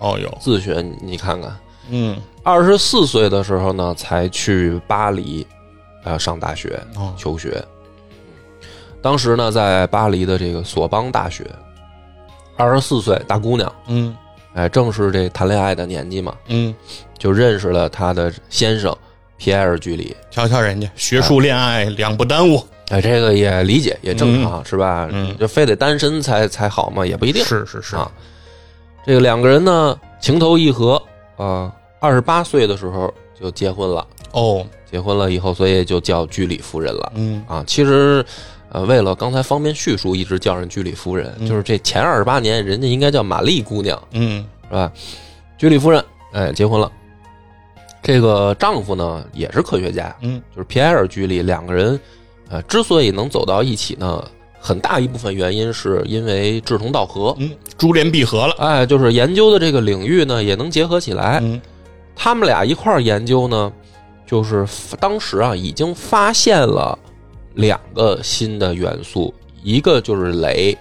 [SPEAKER 2] 哦哟，
[SPEAKER 1] 自学，你你看看，
[SPEAKER 2] 嗯，
[SPEAKER 1] 二十四岁的时候呢，才去巴黎，呃，上大学
[SPEAKER 2] 哦，
[SPEAKER 1] 求学。当时呢，在巴黎的这个索邦大学，二十四岁大姑娘，
[SPEAKER 2] 嗯
[SPEAKER 1] 哎，正是这谈恋爱的年纪嘛，
[SPEAKER 2] 嗯，
[SPEAKER 1] 就认识了她的先生皮埃尔·居里。
[SPEAKER 2] 瞧瞧人家学术恋爱两不耽误，
[SPEAKER 1] 哎，这个也理解，也正常，是吧？
[SPEAKER 2] 嗯
[SPEAKER 1] 就非得单身才才好嘛，也不一定
[SPEAKER 2] 是是是，
[SPEAKER 1] 啊。这个两个人呢，情投意合啊，二十八岁的时候就结婚了。
[SPEAKER 2] 哦，
[SPEAKER 1] 结婚了以后，所以就叫居里夫人了
[SPEAKER 2] 嗯
[SPEAKER 1] 啊。其实，呃，为了刚才方便叙述，一直叫人居里夫人，就是这前二十八年，人家应该叫玛丽姑娘，
[SPEAKER 2] 嗯
[SPEAKER 1] 是吧？居里夫人，哎，结婚了。这个丈夫呢，也是科学家，
[SPEAKER 2] 嗯，
[SPEAKER 1] 就是皮埃尔·居里。两个人，呃，之所以能走到一起呢，很大一部分原因是因为志同道合，
[SPEAKER 2] 嗯，珠联璧合了，
[SPEAKER 1] 哎，就是研究的这个领域呢，也能结合起来。
[SPEAKER 2] 嗯
[SPEAKER 1] 他们俩一块儿研究呢，就是当时啊已经发现了两个新的元素，一个就是镭，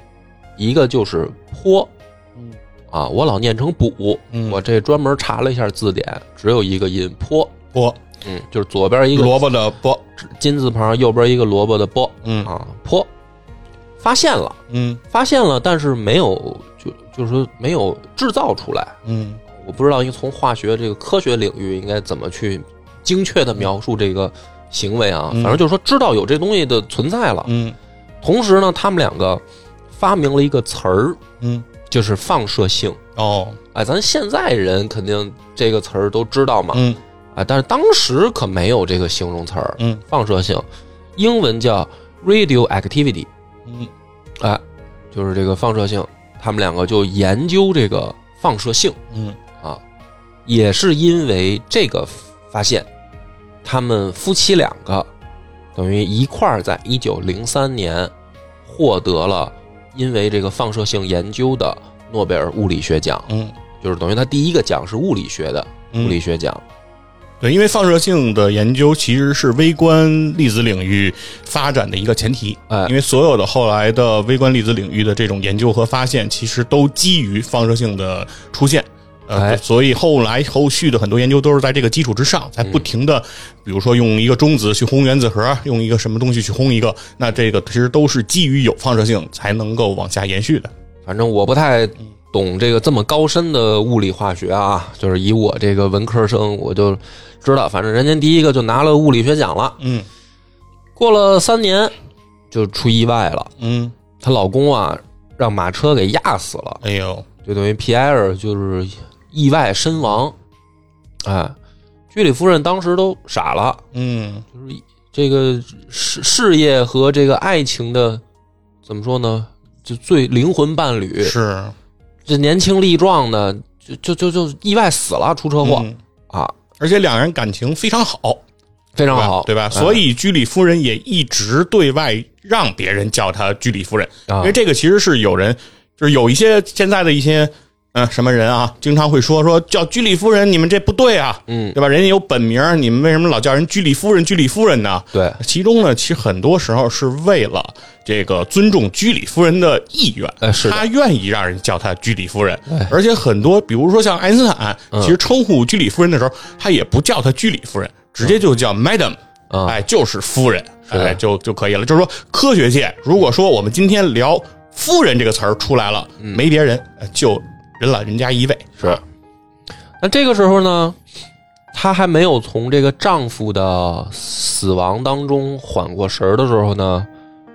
[SPEAKER 1] 一个就是坡
[SPEAKER 2] 嗯
[SPEAKER 1] 啊。我老念成补，
[SPEAKER 2] 嗯，
[SPEAKER 1] 我这专门查了一下字典，只有一个音坡，
[SPEAKER 2] 剥
[SPEAKER 1] 嗯，就是左边一个
[SPEAKER 2] 萝卜的剥，
[SPEAKER 1] 金字旁，右边一个萝卜的卜
[SPEAKER 2] 嗯
[SPEAKER 1] 啊坡，发现了，
[SPEAKER 2] 嗯
[SPEAKER 1] 发现了，但是没有就就是说没有制造出来。
[SPEAKER 2] 嗯
[SPEAKER 1] 我不知道应从化学这个科学领域应该怎么去精确的描述这个行为啊，
[SPEAKER 2] 嗯
[SPEAKER 1] 反正就是说知道有这东西的存在了。
[SPEAKER 2] 嗯
[SPEAKER 1] 同时呢，他们两个发明了一个词儿，
[SPEAKER 2] 嗯，
[SPEAKER 1] 就是放射性。
[SPEAKER 2] 哦，
[SPEAKER 1] 哎，咱现在人肯定这个词儿都知道嘛，
[SPEAKER 2] 嗯
[SPEAKER 1] 哎，但是当时可没有这个形容词儿，
[SPEAKER 2] 嗯
[SPEAKER 1] 放射性，英文叫 radioactivity，
[SPEAKER 2] 嗯
[SPEAKER 1] 哎，就是这个放射性。他们两个就研究这个放射性。
[SPEAKER 2] 嗯，
[SPEAKER 1] 啊，也是因为这个发现，他们夫妻两个等于一块儿在一九零三年获得了因为这个放射性研究的诺贝尔物理学奖，
[SPEAKER 2] 嗯
[SPEAKER 1] 就是等于他第一个奖是物理学的
[SPEAKER 2] 嗯
[SPEAKER 1] 物理学奖。
[SPEAKER 2] 对，因为放射性的研究其实是微观粒子领域发展的一个前提，
[SPEAKER 1] 哎
[SPEAKER 2] 因为所有的后来的微观粒子领域的这种研究和发现，其实都基于放射性的出现。
[SPEAKER 1] 哎
[SPEAKER 2] 呃，所以后来后续的很多研究都是在这个基础之上，才不停
[SPEAKER 1] 嗯
[SPEAKER 2] 的，比如说用一个中子去轰原子核，用一个什么东西去轰一个，那这个其实都是基于有放射性才能够往下延续的。
[SPEAKER 1] 反正我不太懂这个这么高深的物理化学啊，就是以我这个文科生，我就知道，反正人家第一个就拿了物理学奖了。
[SPEAKER 2] 嗯
[SPEAKER 1] 过了三年，就出意外了。
[SPEAKER 2] 嗯，
[SPEAKER 1] 她老公啊让马车给压死了，
[SPEAKER 2] 哎呦，
[SPEAKER 1] 就等于皮埃尔就是意外身亡。哎，居里夫人当时都傻了，
[SPEAKER 2] 嗯
[SPEAKER 1] 就是这个事事业和这个爱情的怎么说呢？就最灵魂伴侣，
[SPEAKER 2] 是
[SPEAKER 1] 这年轻力壮的，就就就就意外死了，出车祸、
[SPEAKER 2] 嗯
[SPEAKER 1] 啊，
[SPEAKER 2] 而且两人感情非常好，
[SPEAKER 1] 非常
[SPEAKER 2] 对吧
[SPEAKER 1] 好，
[SPEAKER 2] 对吧？
[SPEAKER 1] 哎
[SPEAKER 2] 所以居里夫人也一直对外让别人叫她居里夫人，
[SPEAKER 1] 啊
[SPEAKER 2] 因为这个其实是有人，就是有一些现在的一些呃什么人啊，经常会说说叫居里夫人，你们这不对啊，
[SPEAKER 1] 嗯，
[SPEAKER 2] 对吧？人家有本名，你们为什么老叫人居里夫人、居里夫人呢？
[SPEAKER 1] 对，
[SPEAKER 2] 其中呢，其实很多时候是为了这个尊重居里夫人的意愿，
[SPEAKER 1] 哎是的
[SPEAKER 2] 她愿意让人叫她居里夫人
[SPEAKER 1] 哎，嗯
[SPEAKER 2] 而且很多，比如说像爱因斯坦，其实称呼居里夫人的时候，他也不叫她居里夫人，直接就叫 Madam，、
[SPEAKER 1] 嗯
[SPEAKER 2] 哎，就是夫人，
[SPEAKER 1] 是的
[SPEAKER 2] 哎，就就可以了。就是说，科学界如果说我们今天聊“夫人”这个词儿出来了，
[SPEAKER 1] 嗯
[SPEAKER 2] 没别人，呃就人老人家一位，
[SPEAKER 1] 是。那这个时候呢，她还没有从这个丈夫的死亡当中缓过神儿的时候呢，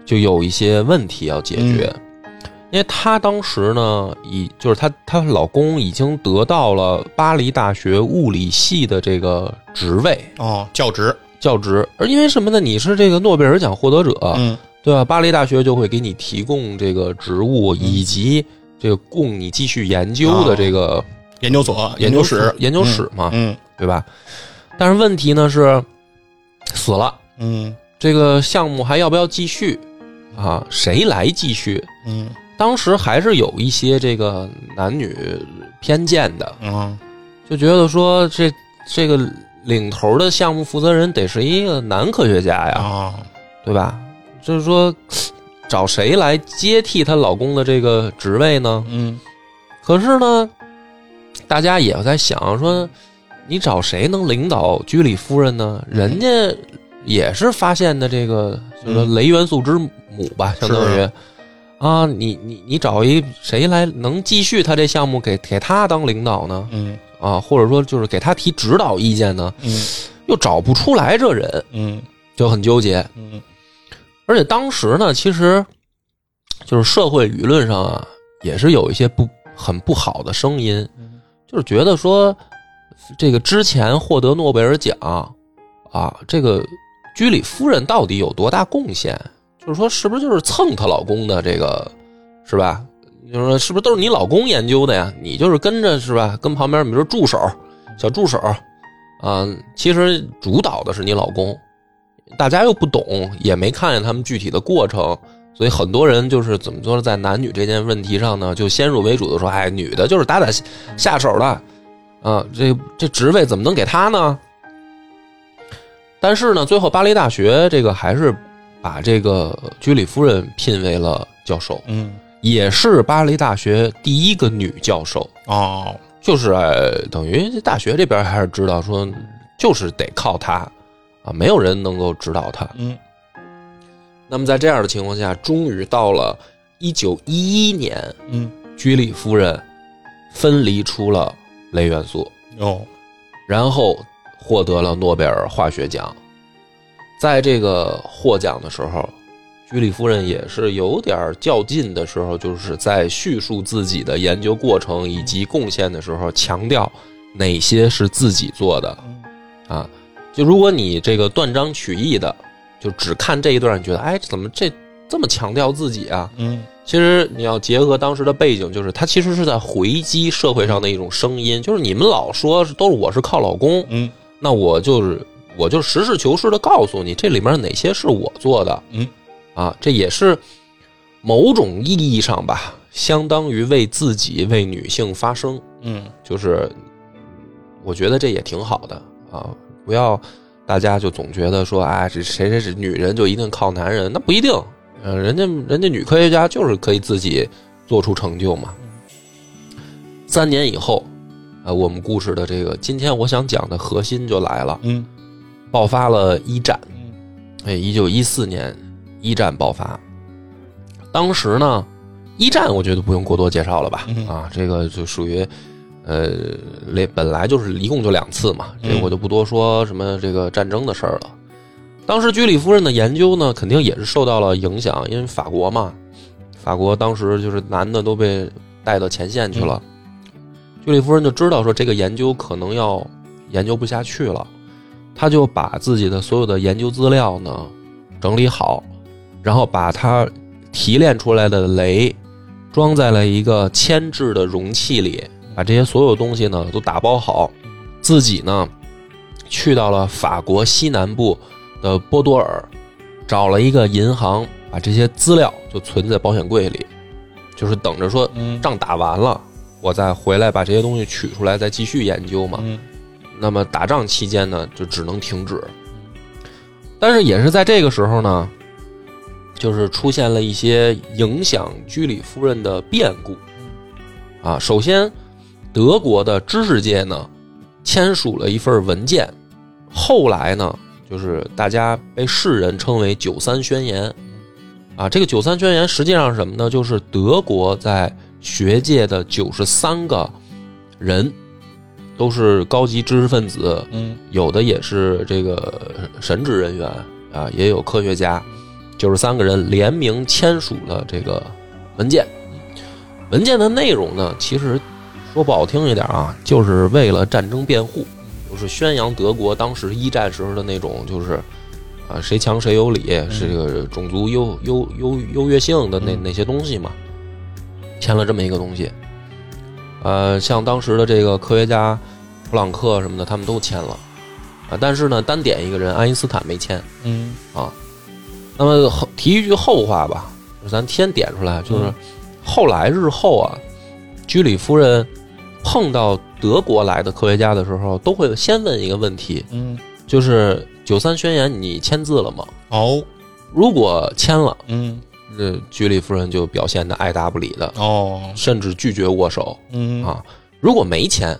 [SPEAKER 1] 就有一些问题要解决，因为她当时呢，已就是她她老公已经得到了巴黎大学物理系的这个职位
[SPEAKER 2] 哦，教职，
[SPEAKER 1] 教职，而因为什么呢？你是这个诺贝尔奖获得者，
[SPEAKER 2] 嗯
[SPEAKER 1] 对吧？巴黎大学就会给你提供这个职务以及这个供你继续研究的这个
[SPEAKER 2] 研究所、
[SPEAKER 1] 研究
[SPEAKER 2] 究
[SPEAKER 1] 室
[SPEAKER 2] 室、
[SPEAKER 1] 研究室嘛，
[SPEAKER 2] 嗯，
[SPEAKER 1] 对吧？但是问题呢是死了，
[SPEAKER 2] 嗯
[SPEAKER 1] 这个项目还要不要继续啊？谁来继续？
[SPEAKER 2] 嗯
[SPEAKER 1] 当时还是有一些这个男女偏见的，
[SPEAKER 2] 嗯嗯
[SPEAKER 1] 就觉得说这这个领头的项目负责人得是一个男科学家呀，
[SPEAKER 2] 啊，
[SPEAKER 1] 对吧？就是说，找谁来接替她老公的这个职位呢？
[SPEAKER 2] 嗯
[SPEAKER 1] 可是呢，大家也在想说，你找谁能领导居里夫人呢？人家也是发现的这个，就是说雷元素之母吧，相当于
[SPEAKER 2] 是
[SPEAKER 1] 啊，你你你找一谁来能继续他这项目给给他当领导呢？
[SPEAKER 2] 嗯
[SPEAKER 1] 啊，或者说就是给他提指导意见呢？
[SPEAKER 2] 嗯
[SPEAKER 1] 又找不出来这人，
[SPEAKER 2] 嗯
[SPEAKER 1] 就很纠结。
[SPEAKER 2] 嗯
[SPEAKER 1] 而且当时呢，其实就是社会舆论上啊，也是有一些不很不好的声音，
[SPEAKER 2] 嗯
[SPEAKER 1] 就是觉得说，这个之前获得诺贝尔奖啊，这个居里夫人到底有多大贡献？就是说，是不是就是蹭她老公的这个，是吧？就是说，是不是都是你老公研究的呀？你就是跟着是吧？跟旁边比如说助手、小助手，啊，其实主导的是你老公。大家又不懂，也没看见他们具体的过程，所以很多人就是怎么说呢，在男女这件问题上呢，就先入为主的说，哎，女的就是打打下手了，啊，这这职位怎么能给他呢？但是呢，最后巴黎大学这个还是把这个居里夫人聘为了教授，
[SPEAKER 2] 嗯
[SPEAKER 1] 也是巴黎大学第一个女教授，
[SPEAKER 2] 哦，
[SPEAKER 1] 就是、呃、等于这大学这边还是知道说，就是得靠她啊，没有人能够指导她。
[SPEAKER 2] 嗯
[SPEAKER 1] 那么在这样的情况下，终于到了一九一一年，
[SPEAKER 2] 嗯
[SPEAKER 1] 居里夫人分离出了镭元素。
[SPEAKER 2] 哦，
[SPEAKER 1] 然后获得了诺贝尔化学奖。在这个获奖的时候，居里夫人也是有点较劲的时候，就是在叙述自己的研究过程以及贡献的时候，强调哪些是自己做的啊。就如果你这个断章取义的，就只看这一段，你觉得哎，怎么这这么强调自己啊？
[SPEAKER 2] 嗯
[SPEAKER 1] 其实你要结合当时的背景，就是他其实是在回击社会上的一种声音，就是你们老说都是我是靠老公，
[SPEAKER 2] 嗯
[SPEAKER 1] 那我就是我就实事求是的告诉你，这里面哪些是我做的，
[SPEAKER 2] 嗯
[SPEAKER 1] 啊，这也是某种意义上吧，相当于为自己为女性发声，
[SPEAKER 2] 嗯
[SPEAKER 1] 就是我觉得这也挺好的啊，不要大家就总觉得说啊，这谁谁是女人就一定靠男人，那不一定，呃，人家人家女科学家就是可以自己做出成就嘛。
[SPEAKER 2] 嗯
[SPEAKER 1] 三年以后，啊，我们故事的这个今天我想讲的核心就来了，
[SPEAKER 2] 嗯
[SPEAKER 1] 爆发了一战。
[SPEAKER 2] 嗯
[SPEAKER 1] 哎，一九一四年一战爆发，当时呢，一战我觉得不用过多介绍了吧？
[SPEAKER 2] 嗯
[SPEAKER 1] 啊，这个就属于，呃，连本来就是一共就两次嘛，这个
[SPEAKER 2] 嗯
[SPEAKER 1] 我就不多说什么这个战争的事儿了。当时居里夫人的研究呢，肯定也是受到了影响，因为法国嘛，法国当时就是男的都被带到前线去了，居里夫人就知道说这个研究可能要研究不下去了，她就把自己的所有的研究资料呢整理好，然后把它提炼出来的镭装在了一个铅制的容器里，把这些所有东西呢都打包好，自己呢去到了法国西南部的波多尔，找了一个银行，把这些资料就存在保险柜里，就是等着说
[SPEAKER 2] 嗯
[SPEAKER 1] 仗打完了，我再回来把这些东西取出来，再继续研究嘛。
[SPEAKER 2] 嗯
[SPEAKER 1] 那么打仗期间呢，就只能停止。但是也是在这个时候呢，就是出现了一些影响居里夫人的变故。啊，首先，德国的知识界呢签署了一份文件，后来呢，就是大家被世人称为“九三宣言”。啊，这个“九三宣言”实际上是什么呢？就是德国在学界的九十三个人都是高级知识分子，
[SPEAKER 2] 嗯
[SPEAKER 1] 有的也是这个神职人员啊，也有科学家，九十三个人联名签署了这个文件。文件的内容呢，其实说不好听一点啊，就是为了战争辩护，就是宣扬德国当时一战时候的那种，就是啊谁强谁有理，是这个种族优优优优越性的那
[SPEAKER 2] 嗯
[SPEAKER 1] 那些东西嘛，签了这么一个东西。呃，像当时的这个科学家普朗克什么的，他们都签了啊。但是呢，单点一个人，爱因斯坦没签。
[SPEAKER 2] 嗯
[SPEAKER 1] 那么后提一句后话吧，就是咱先点出来，就是
[SPEAKER 2] 嗯
[SPEAKER 1] 后来日后啊，居里夫人碰到德国来的科学家的时候，都会先问一个问题，
[SPEAKER 2] 嗯，
[SPEAKER 1] 就是《九三宣言》你签字了吗？
[SPEAKER 2] 哦，
[SPEAKER 1] 如果签了，
[SPEAKER 2] 嗯，
[SPEAKER 1] 那居里夫人就表现的爱答不理的，
[SPEAKER 2] 哦，
[SPEAKER 1] 甚至拒绝握手
[SPEAKER 2] 嗯，
[SPEAKER 1] 啊。如果没签，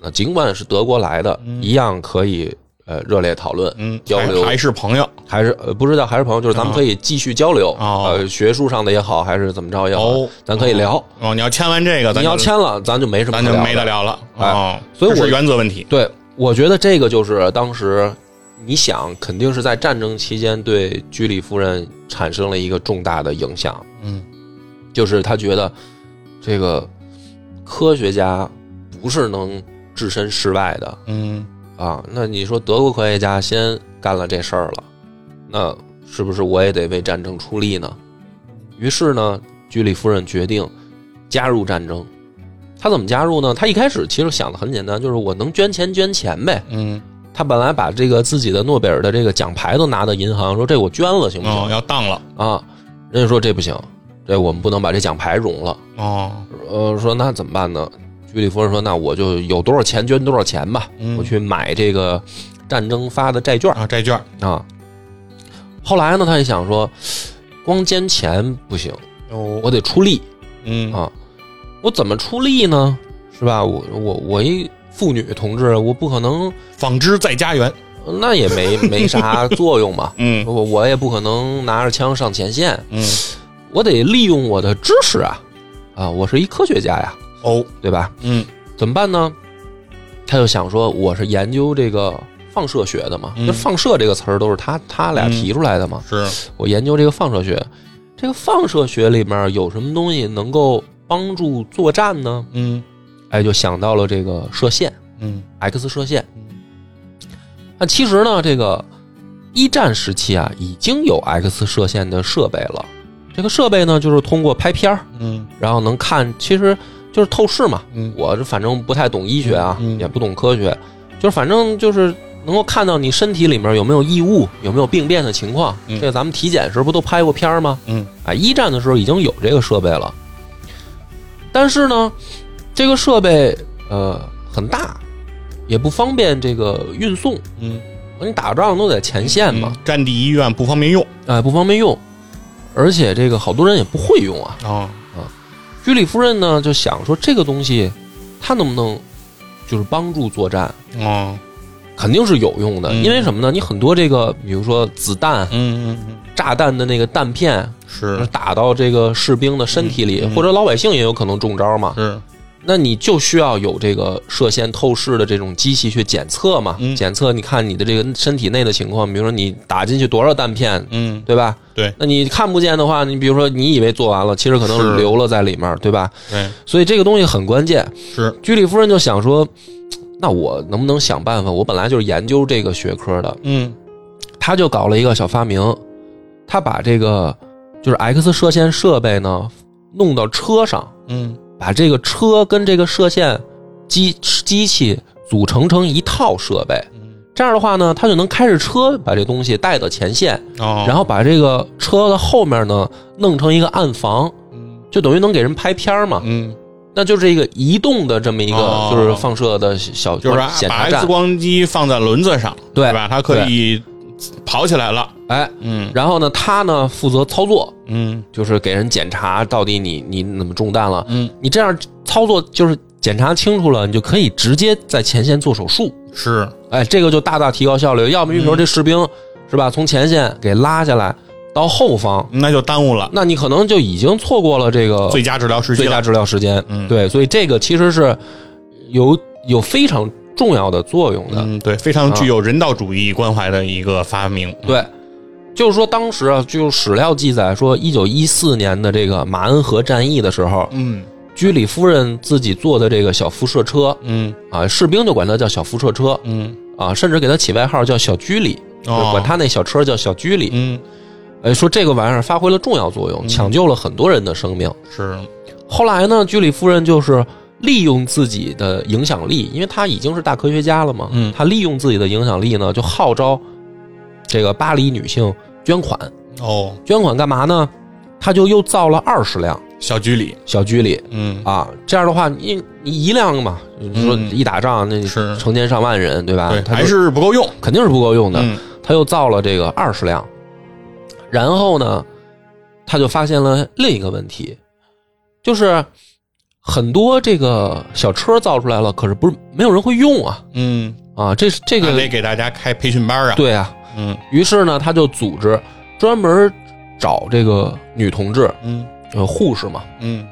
[SPEAKER 1] 那尽管是德国来的，一样可以呃热烈讨论，
[SPEAKER 2] 嗯，
[SPEAKER 1] 交
[SPEAKER 2] 还
[SPEAKER 1] 流
[SPEAKER 2] 还是朋友，
[SPEAKER 1] 还是呃不是叫还是朋友，就是咱们可以继续交流，
[SPEAKER 2] 啊哦
[SPEAKER 1] 呃，学术上的也好，还是怎么着也好，
[SPEAKER 2] 哦
[SPEAKER 1] 咱可以聊。
[SPEAKER 2] 哦，你要签完这个，咱
[SPEAKER 1] 你
[SPEAKER 2] 就
[SPEAKER 1] 要，签了，咱就没什么
[SPEAKER 2] 咱
[SPEAKER 1] 可
[SPEAKER 2] 就
[SPEAKER 1] 聊
[SPEAKER 2] 没
[SPEAKER 1] 的
[SPEAKER 2] 得。聊了，
[SPEAKER 1] 哎
[SPEAKER 2] 哦，
[SPEAKER 1] 所以
[SPEAKER 2] 这
[SPEAKER 1] 我
[SPEAKER 2] 是原则问题，
[SPEAKER 1] 对，我觉得这个就是当时你想，肯定是在战争期间对居里夫人产生了一个重大的影响，
[SPEAKER 2] 嗯
[SPEAKER 1] 就是她觉得这个科学家不是能置身事外的
[SPEAKER 2] 嗯
[SPEAKER 1] 啊。那你说德国科学家先干了这事儿了，那是不是我也得为战争出力呢？于是呢，居里夫人决定加入战争。她怎么加入呢？她一开始其实想的很简单，就是我能捐钱捐钱呗。
[SPEAKER 2] 嗯，
[SPEAKER 1] 他本来把这个自己的诺贝尔的这个奖牌都拿到银行，说这我捐了行不
[SPEAKER 2] 哦，
[SPEAKER 1] 行、
[SPEAKER 2] 要当了，
[SPEAKER 1] 啊？人家说这不行，这我们不能把这奖牌融了。
[SPEAKER 2] 哦，
[SPEAKER 1] 呃，说那怎么办呢？居里夫人说，那我就有多少钱捐多少钱吧，
[SPEAKER 2] 嗯
[SPEAKER 1] 我去买这个战争发的债券
[SPEAKER 2] 啊，债券，
[SPEAKER 1] 啊。后来呢，他也想说，光捐钱不行，
[SPEAKER 2] 哦，
[SPEAKER 1] 我得出力
[SPEAKER 2] 嗯
[SPEAKER 1] 啊。我怎么出力呢？是吧？我我我一妇女同志，我不可能，
[SPEAKER 2] 纺织在家园，
[SPEAKER 1] 那也没没啥作用嘛。
[SPEAKER 2] 嗯
[SPEAKER 1] 我我也不可能拿着枪上前线，
[SPEAKER 2] 嗯，
[SPEAKER 1] 我得利用我的知识啊，啊，我是一科学家呀，
[SPEAKER 2] 哦，
[SPEAKER 1] 对吧？
[SPEAKER 2] 嗯
[SPEAKER 1] 怎么办呢？他就想说，我是研究这个放射学的嘛，
[SPEAKER 2] 嗯
[SPEAKER 1] 这放射这个词儿都是他他俩提出来的嘛，
[SPEAKER 2] 是，
[SPEAKER 1] 我研究这个放射学，这个放射学里面有什么东西能够帮助作战呢？
[SPEAKER 2] 嗯
[SPEAKER 1] 哎，就想到了这个射线
[SPEAKER 2] 嗯
[SPEAKER 1] X 射线。
[SPEAKER 2] 嗯
[SPEAKER 1] 那其实呢，这个一战时期啊，已经有 X 射线的设备了。这个设备呢，就是通过拍片儿，
[SPEAKER 2] 嗯
[SPEAKER 1] 然后能看，其实就是透视嘛。
[SPEAKER 2] 嗯，
[SPEAKER 1] 我这反正不太懂医学啊，
[SPEAKER 2] 嗯嗯
[SPEAKER 1] 也不懂科学，就是反正就是能够看到你身体里面有没有异物，有没有病变的情况。
[SPEAKER 2] 嗯
[SPEAKER 1] 这个咱们体检时不都拍过片儿吗？
[SPEAKER 2] 嗯，
[SPEAKER 1] 啊，一战的时候已经有这个设备了，但是呢，这个设备呃很大，也不方便这个运送。
[SPEAKER 2] 嗯，
[SPEAKER 1] 你打仗都在前线嘛，
[SPEAKER 2] 嗯战地医院不方便用
[SPEAKER 1] 哎，不方便用，而且这个好多人也不会用啊。
[SPEAKER 2] 啊，
[SPEAKER 1] 居里夫人呢就想说，这个东西它能不能就是帮助作战，
[SPEAKER 2] 哦，
[SPEAKER 1] 肯定是有用的。
[SPEAKER 2] 嗯
[SPEAKER 1] 因为什么呢？你很多这个，比如说子弹、
[SPEAKER 2] 嗯嗯嗯，
[SPEAKER 1] 炸弹的那个弹片
[SPEAKER 2] 是
[SPEAKER 1] 打到这个士兵的身体里，
[SPEAKER 2] 嗯嗯
[SPEAKER 1] 或者老百姓也有可能中招嘛。
[SPEAKER 2] 是，
[SPEAKER 1] 那你就需要有这个射线透视的这种机器去检测嘛，
[SPEAKER 2] 嗯
[SPEAKER 1] 检测你看你的这个身体内的情况，比如说你打进去多少弹片，
[SPEAKER 2] 嗯
[SPEAKER 1] 对吧？
[SPEAKER 2] 对，
[SPEAKER 1] 那你看不见的话，你比如说你以为做完了，其实可能
[SPEAKER 2] 是
[SPEAKER 1] 留了在里面，对吧？
[SPEAKER 2] 对
[SPEAKER 1] 所以这个东西很关键。
[SPEAKER 2] 是，
[SPEAKER 1] 居里夫人就想说，那我能不能想办法？我本来就是研究这个学科的，
[SPEAKER 2] 嗯
[SPEAKER 1] 他就搞了一个小发明，他把这个就是 X 射线设备呢弄到车上，
[SPEAKER 2] 嗯
[SPEAKER 1] 把这个车跟这个射线机机器组成成一套设备。
[SPEAKER 2] 嗯，
[SPEAKER 1] 这样的话呢，他就能开着车把这东西带到前线，
[SPEAKER 2] 哦，
[SPEAKER 1] 然后把这个车的后面呢弄成一个暗房，
[SPEAKER 2] 嗯
[SPEAKER 1] 就等于能给人拍片儿嘛。
[SPEAKER 2] 嗯，
[SPEAKER 1] 那就是一个移动的这么一个
[SPEAKER 2] 哦
[SPEAKER 1] 就是放射的小
[SPEAKER 2] 就是把
[SPEAKER 1] 检查
[SPEAKER 2] X
[SPEAKER 1] 站，
[SPEAKER 2] 光机放在轮子上，
[SPEAKER 1] 对
[SPEAKER 2] 是吧？它可以跑起来了，
[SPEAKER 1] 哎，
[SPEAKER 2] 嗯
[SPEAKER 1] 然后呢，他呢负责操作，
[SPEAKER 2] 嗯
[SPEAKER 1] 就是给人检查到底你你怎么中弹了。
[SPEAKER 2] 嗯，
[SPEAKER 1] 你这样操作就是检查清楚了，你就可以直接在前线做手术。
[SPEAKER 2] 是，
[SPEAKER 1] 哎，这个就大大提高效率。要么一会儿这士兵、是吧，从前线给拉下来到后方，
[SPEAKER 2] 那就耽误了
[SPEAKER 1] 那你可能就已经错过了这个
[SPEAKER 2] 最佳治疗时机
[SPEAKER 1] 最
[SPEAKER 2] 了
[SPEAKER 1] 佳，治疗时间。
[SPEAKER 2] 嗯
[SPEAKER 1] 对，所以这个其实是有有非常重要的作用的。
[SPEAKER 2] 嗯，对，非常具有人道主义关怀的一个发明，
[SPEAKER 1] 对，就是说当时啊，就史料记载说，一九一四年的这个马恩河战役的时候，
[SPEAKER 2] 嗯
[SPEAKER 1] 居里夫人自己坐的这个小辐射车
[SPEAKER 2] 嗯
[SPEAKER 1] 啊，士兵就管它叫小辐射车
[SPEAKER 2] 嗯，
[SPEAKER 1] 啊，甚至给它起外号叫小居里，就是
[SPEAKER 2] 哦，
[SPEAKER 1] 管他那小车叫小居里。
[SPEAKER 2] 嗯
[SPEAKER 1] 哎，说这个玩意儿发挥了重要作用，抢救了很多人的生命。
[SPEAKER 2] 是，
[SPEAKER 1] 后来呢，居里夫人就是利用自己的影响力，因为她已经是大科学家了嘛，
[SPEAKER 2] 嗯
[SPEAKER 1] 她利用自己的影响力呢，就号召这个巴黎女性捐款。
[SPEAKER 2] 哦，
[SPEAKER 1] 捐款干嘛呢？她就又造了二十辆
[SPEAKER 2] 小居里，
[SPEAKER 1] 小居里
[SPEAKER 2] 嗯
[SPEAKER 1] 啊，这样的话，你你一辆嘛，你说
[SPEAKER 2] 嗯
[SPEAKER 1] 一打仗那
[SPEAKER 2] 是
[SPEAKER 1] 成千上万人，对吧？
[SPEAKER 2] 对，
[SPEAKER 1] 他就
[SPEAKER 2] 还是不够用。
[SPEAKER 1] 肯定是不够用的。
[SPEAKER 2] 嗯
[SPEAKER 1] 他又造了这个二十辆，然后呢，他就发现了另一个问题，就是很多这个小车造出来了，可是不是没有人会用啊
[SPEAKER 2] 嗯，
[SPEAKER 1] 啊！这是这
[SPEAKER 2] 这
[SPEAKER 1] 个
[SPEAKER 2] 得给大家开培训班啊。，
[SPEAKER 1] 对啊，
[SPEAKER 2] 嗯
[SPEAKER 1] 于是呢，他就组织专门找这个女同志，
[SPEAKER 2] 嗯
[SPEAKER 1] 呃，护士嘛，
[SPEAKER 2] 嗯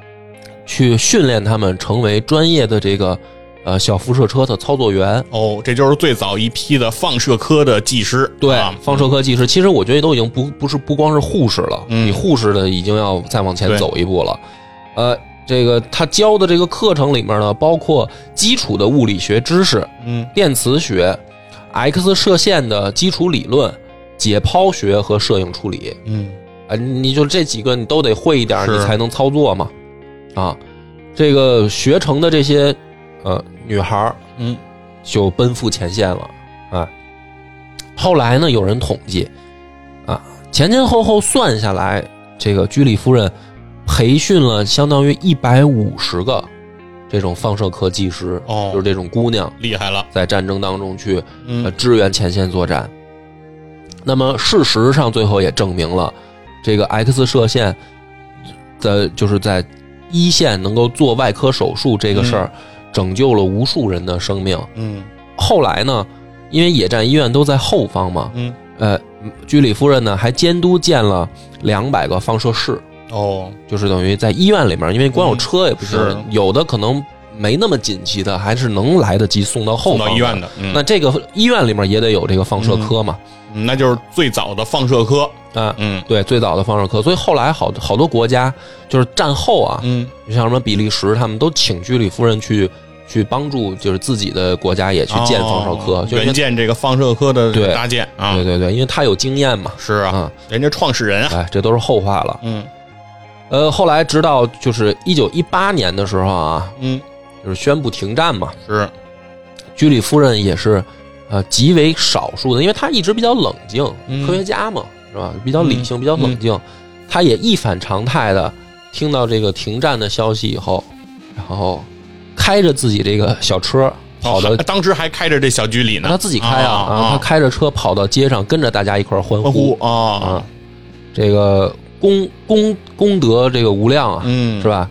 [SPEAKER 1] 去训练她们成为专业的这个呃小辐射车的操作员。
[SPEAKER 2] 哦，这就是最早一批的放射科的技师。
[SPEAKER 1] 对
[SPEAKER 2] 啊，
[SPEAKER 1] 放射科技师，其实我觉得都已经不不是不光是护士了，
[SPEAKER 2] 嗯
[SPEAKER 1] 你护士的已经要再往前
[SPEAKER 2] 对
[SPEAKER 1] 走一步了。呃，这个他教的这个课程里面呢，包括基础的物理学知识、
[SPEAKER 2] 嗯
[SPEAKER 1] 电磁学、X 射线的基础理论、解剖学和摄影处理。
[SPEAKER 2] 嗯
[SPEAKER 1] 啊，你就这几个你都得会一点儿，你
[SPEAKER 2] 是
[SPEAKER 1] 才能操作嘛。啊，这个学成的这些呃女孩儿
[SPEAKER 2] 嗯
[SPEAKER 1] 就奔赴前线了啊。后来呢，有人统计啊，前前后后算下来，这个居里夫人培训了相当于一百五十个这种放射科技师，
[SPEAKER 2] 哦
[SPEAKER 1] 就是这种姑娘
[SPEAKER 2] 厉害了。
[SPEAKER 1] 在战争当中去呃
[SPEAKER 2] 嗯
[SPEAKER 1] 支援前线作战。那么事实上，最后也证明了这个 X 射线的，就是在一线能够做外科手术这个事儿，拯救了无数人的生命。
[SPEAKER 2] 嗯
[SPEAKER 1] 后来呢，因为野战医院都在后方嘛，
[SPEAKER 2] 嗯
[SPEAKER 1] 呃，居里夫人呢还监督建了两百个放射室，
[SPEAKER 2] 哦
[SPEAKER 1] 就是等于在医院里面，因为光有车也不行，
[SPEAKER 2] 嗯是
[SPEAKER 1] 有的可能没那么紧急的，还是能来得及送到后
[SPEAKER 2] 送
[SPEAKER 1] 方
[SPEAKER 2] 到
[SPEAKER 1] 的
[SPEAKER 2] 医院的，嗯
[SPEAKER 1] 那这个医院里面也得有这个放射科嘛，
[SPEAKER 2] 嗯那就是最早的放射科。
[SPEAKER 1] 啊，
[SPEAKER 2] 嗯
[SPEAKER 1] 对，最早的放射科，所以后来好好多国家就是战后啊，
[SPEAKER 2] 嗯
[SPEAKER 1] 就像什么比利时，他们都请居里夫人去去帮助，就是自己的国家也去建放射科，
[SPEAKER 2] 哦
[SPEAKER 1] 就因为
[SPEAKER 2] 援建这个放射科的
[SPEAKER 1] 对
[SPEAKER 2] 搭建啊
[SPEAKER 1] 对，对对，因为他有经验嘛，
[SPEAKER 2] 是啊，
[SPEAKER 1] 啊，
[SPEAKER 2] 人家创始人啊，
[SPEAKER 1] 哎，这都是后话了。
[SPEAKER 2] 嗯
[SPEAKER 1] 呃，后来直到就是一九一八年的时候啊，
[SPEAKER 2] 嗯
[SPEAKER 1] 就是宣布停战嘛，
[SPEAKER 2] 是，
[SPEAKER 1] 居里夫人也是，呃，极为少数的，因为她一直比较冷静，
[SPEAKER 2] 嗯
[SPEAKER 1] 科学家嘛，是吧？比较理性，比较冷静。她也一反常态的听到这个停战的消息以后，然后开着自己这个小车跑到，
[SPEAKER 2] 哦当时还开着这小居里呢，
[SPEAKER 1] 她自己开啊，
[SPEAKER 2] 啊
[SPEAKER 1] 啊，她开着车跑到街上，跟着大家一块儿欢
[SPEAKER 2] 欢呼啊
[SPEAKER 1] 啊，。这个功功功德这个无量啊，
[SPEAKER 2] 嗯
[SPEAKER 1] 是吧？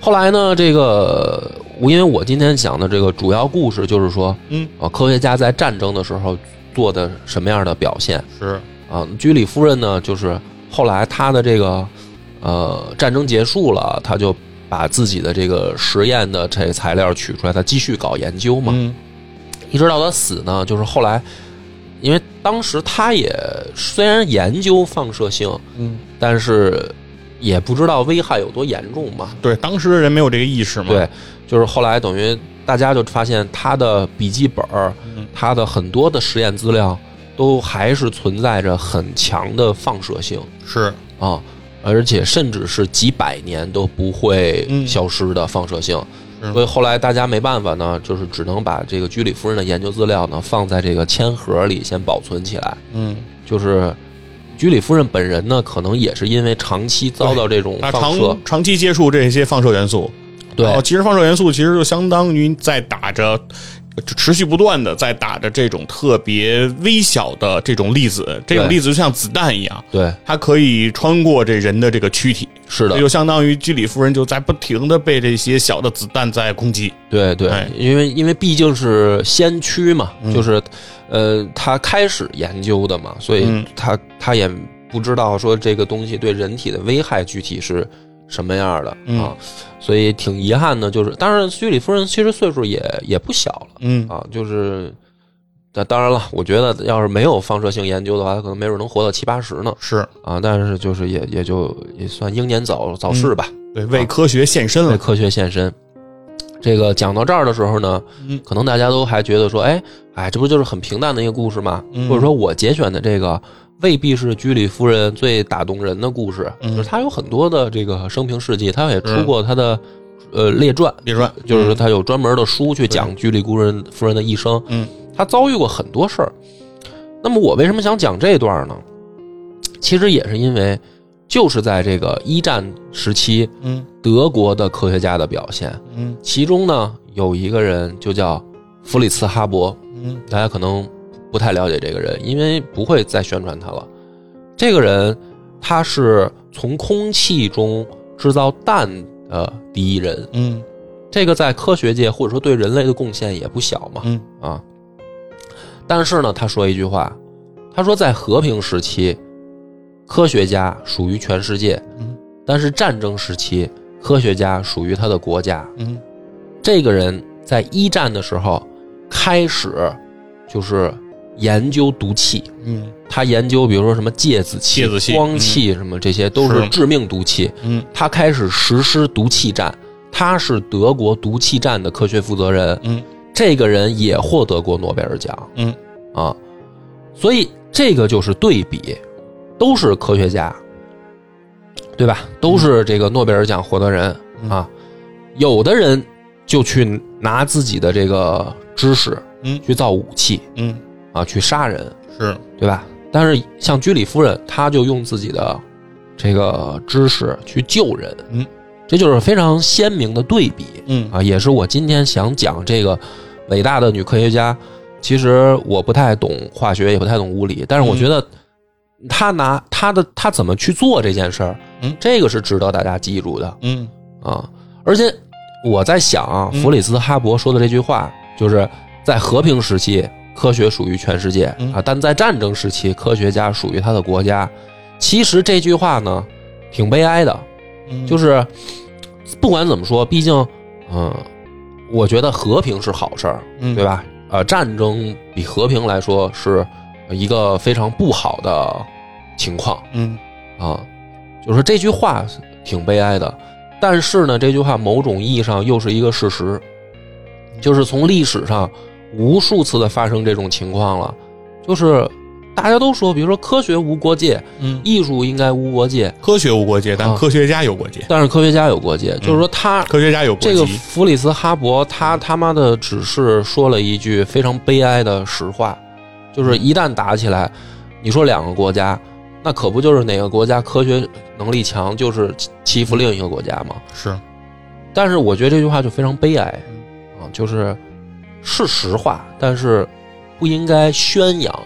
[SPEAKER 1] 后来呢，这个我因为我今天讲的这个主要故事就是说，
[SPEAKER 2] 嗯
[SPEAKER 1] 啊，科学家在战争的时候做的什么样的表现
[SPEAKER 2] 是，
[SPEAKER 1] 啊？居里夫人呢，就是后来她的这个呃战争结束了，她就把自己的这个实验的这材料取出来，她继续搞研究嘛，
[SPEAKER 2] 嗯
[SPEAKER 1] 一直到她死呢，就是后来。因为当时她也虽然研究放射性，
[SPEAKER 2] 嗯，
[SPEAKER 1] 但是也不知道危害有多严重嘛。
[SPEAKER 2] 对，当时的人没有这个意识嘛，，
[SPEAKER 1] 对，就是后来等于大家就发现他的笔记本儿
[SPEAKER 2] 嗯，
[SPEAKER 1] 他的很多的实验资料都还是存在着很强的放射性
[SPEAKER 2] 是，
[SPEAKER 1] 啊，而且甚至是几百年都不会
[SPEAKER 2] 嗯
[SPEAKER 1] 消失的放射性。
[SPEAKER 2] 是
[SPEAKER 1] 所以后来大家没办法呢，就是只能把这个居里夫人的研究资料呢放在这个铅盒里先保存起来。
[SPEAKER 2] 嗯，
[SPEAKER 1] 就是居里夫人本人呢，可能也是因为长期遭到这种
[SPEAKER 2] 他
[SPEAKER 1] 放射
[SPEAKER 2] 长，哦长期接触这些放射元素，
[SPEAKER 1] 对
[SPEAKER 2] 哦，其实放射元素其实就相当于在打着。呃就持续不断的在打着这种特别微小的这种粒子，这种
[SPEAKER 1] 对
[SPEAKER 2] 粒子就像子弹一样，
[SPEAKER 1] 对，
[SPEAKER 2] 它可以穿过这人的这个躯体，
[SPEAKER 1] 是
[SPEAKER 2] 这
[SPEAKER 1] 的，
[SPEAKER 2] 就相当于居里夫人就在不停的被这些小的子弹在攻击。
[SPEAKER 1] 对对
[SPEAKER 2] 哎，嗯
[SPEAKER 1] 因为因为毕竟是先驱嘛，就是呃，他开始研究的嘛，所以
[SPEAKER 2] 嗯
[SPEAKER 1] 他他也不知道说这个东西对人体的危害具体是什么样的啊
[SPEAKER 2] 嗯，
[SPEAKER 1] 所以挺遗憾的，就是当然居里夫人其实岁数也也不小了。
[SPEAKER 2] 嗯，
[SPEAKER 1] 啊，就是，那当然了，我觉得要是没有放射性研究的话，他可能没准能活到七八十呢
[SPEAKER 2] 是
[SPEAKER 1] 啊。但是就是也也就也算英年早早逝吧，
[SPEAKER 2] 对为科学献身
[SPEAKER 1] 为
[SPEAKER 2] 了。
[SPEAKER 1] 科学献身。这个讲到这儿的时候呢，
[SPEAKER 2] 嗯
[SPEAKER 1] 可能大家都还觉得说，哎哎，这不就是很平淡的一个故事吗？
[SPEAKER 2] 嗯
[SPEAKER 1] 或者说我节选的这个未必是居里夫人最打动人的故事，
[SPEAKER 2] 嗯
[SPEAKER 1] 就是她有很多的这个生平事迹，她也出
[SPEAKER 2] 是嗯
[SPEAKER 1] 过她的呃列传，
[SPEAKER 2] 列传
[SPEAKER 1] 就是说他有专门的书去讲居里夫人夫人的一生，
[SPEAKER 2] 嗯，
[SPEAKER 1] 他遭遇过很多事儿。那么我为什么想讲这段呢？其实也是因为，就是在这个一战时期
[SPEAKER 2] 嗯
[SPEAKER 1] 德国的科学家的表现。
[SPEAKER 2] 嗯
[SPEAKER 1] 其中呢，有一个人就叫弗里茨哈勃，
[SPEAKER 2] 嗯
[SPEAKER 1] 大家可能不太了解这个人，因为不会再宣传他了。这个人他是从空气中制造氮的第一人，
[SPEAKER 2] 嗯
[SPEAKER 1] 这个在科学界或者说对人类的贡献也不小嘛
[SPEAKER 2] 嗯
[SPEAKER 1] 啊。但是呢，他说一句话，他说在和平时期，科学家属于全世界
[SPEAKER 2] 嗯，
[SPEAKER 1] 但是战争时期，科学家属于他的国家。
[SPEAKER 2] 嗯
[SPEAKER 1] 这个人在一战的时候开始就是研究毒气，
[SPEAKER 2] 嗯
[SPEAKER 1] 他研究比如说什么芥子气、
[SPEAKER 2] 芥子气嗯
[SPEAKER 1] 光气什么这些都是
[SPEAKER 2] 是
[SPEAKER 1] 致命毒气。
[SPEAKER 2] 嗯
[SPEAKER 1] 他开始实施毒气战，他是德国毒气战的科学负责人。
[SPEAKER 2] 嗯
[SPEAKER 1] 这个人也获得过诺贝尔奖
[SPEAKER 2] 嗯
[SPEAKER 1] 啊，所以这个就是对比，都是科学家，对吧？都是这个诺贝尔奖获得人。
[SPEAKER 2] 嗯
[SPEAKER 1] 啊，有的人就去拿自己的这个知识，
[SPEAKER 2] 嗯
[SPEAKER 1] 去造武器
[SPEAKER 2] 嗯
[SPEAKER 1] 啊，去杀人，
[SPEAKER 2] 是
[SPEAKER 1] 对吧？但是像居里夫人，她就用自己的这个知识去救人，
[SPEAKER 2] 嗯，
[SPEAKER 1] 这就是非常鲜明的对比
[SPEAKER 2] 嗯
[SPEAKER 1] 啊，也是我今天想讲这个伟大的女科学家。其实我不太懂化学，也不太懂物理，但是我
[SPEAKER 2] 嗯
[SPEAKER 1] 觉得她拿她的她怎么去做这件事儿，
[SPEAKER 2] 嗯
[SPEAKER 1] 这个是值得大家记住的。
[SPEAKER 2] 嗯
[SPEAKER 1] 啊。而且我在想啊，
[SPEAKER 2] 嗯
[SPEAKER 1] 弗里斯哈勃说的这句话，就是在和平时期，科学属于全世界
[SPEAKER 2] 嗯
[SPEAKER 1] 啊，但在战争时期，科学家属于他的国家。其实这句话呢，挺悲哀的，
[SPEAKER 2] 嗯
[SPEAKER 1] 就是是不管怎么说，毕竟，嗯、我觉得和平是好事儿，
[SPEAKER 2] 嗯
[SPEAKER 1] 对吧？呃，战争比和平来说是一个非常不好的情况。
[SPEAKER 2] 嗯
[SPEAKER 1] 啊，就是说这句话挺悲哀的，但是呢，这句话某种意义上又是一个事实，就是从历史上无数次的发生这种情况了，就是大家都说，比如说科学无国界，
[SPEAKER 2] 嗯
[SPEAKER 1] 艺术应该无国界，
[SPEAKER 2] 科学无国界，但
[SPEAKER 1] 啊
[SPEAKER 2] 科学家有国界，
[SPEAKER 1] 但是科学家有国界，就是说他。
[SPEAKER 2] 科学家有国
[SPEAKER 1] 这个
[SPEAKER 2] 籍。
[SPEAKER 1] 弗里斯哈勃，他他妈的只是说了一句非常悲哀的实话，就是一旦打起来，你说两个国家，那可不就是哪个国家科学能力强，就是欺欺负另一个国家吗？
[SPEAKER 2] 是
[SPEAKER 1] 但是我觉得这句话就非常悲哀
[SPEAKER 2] 嗯
[SPEAKER 1] 啊，就是是实话，但是不应该宣扬，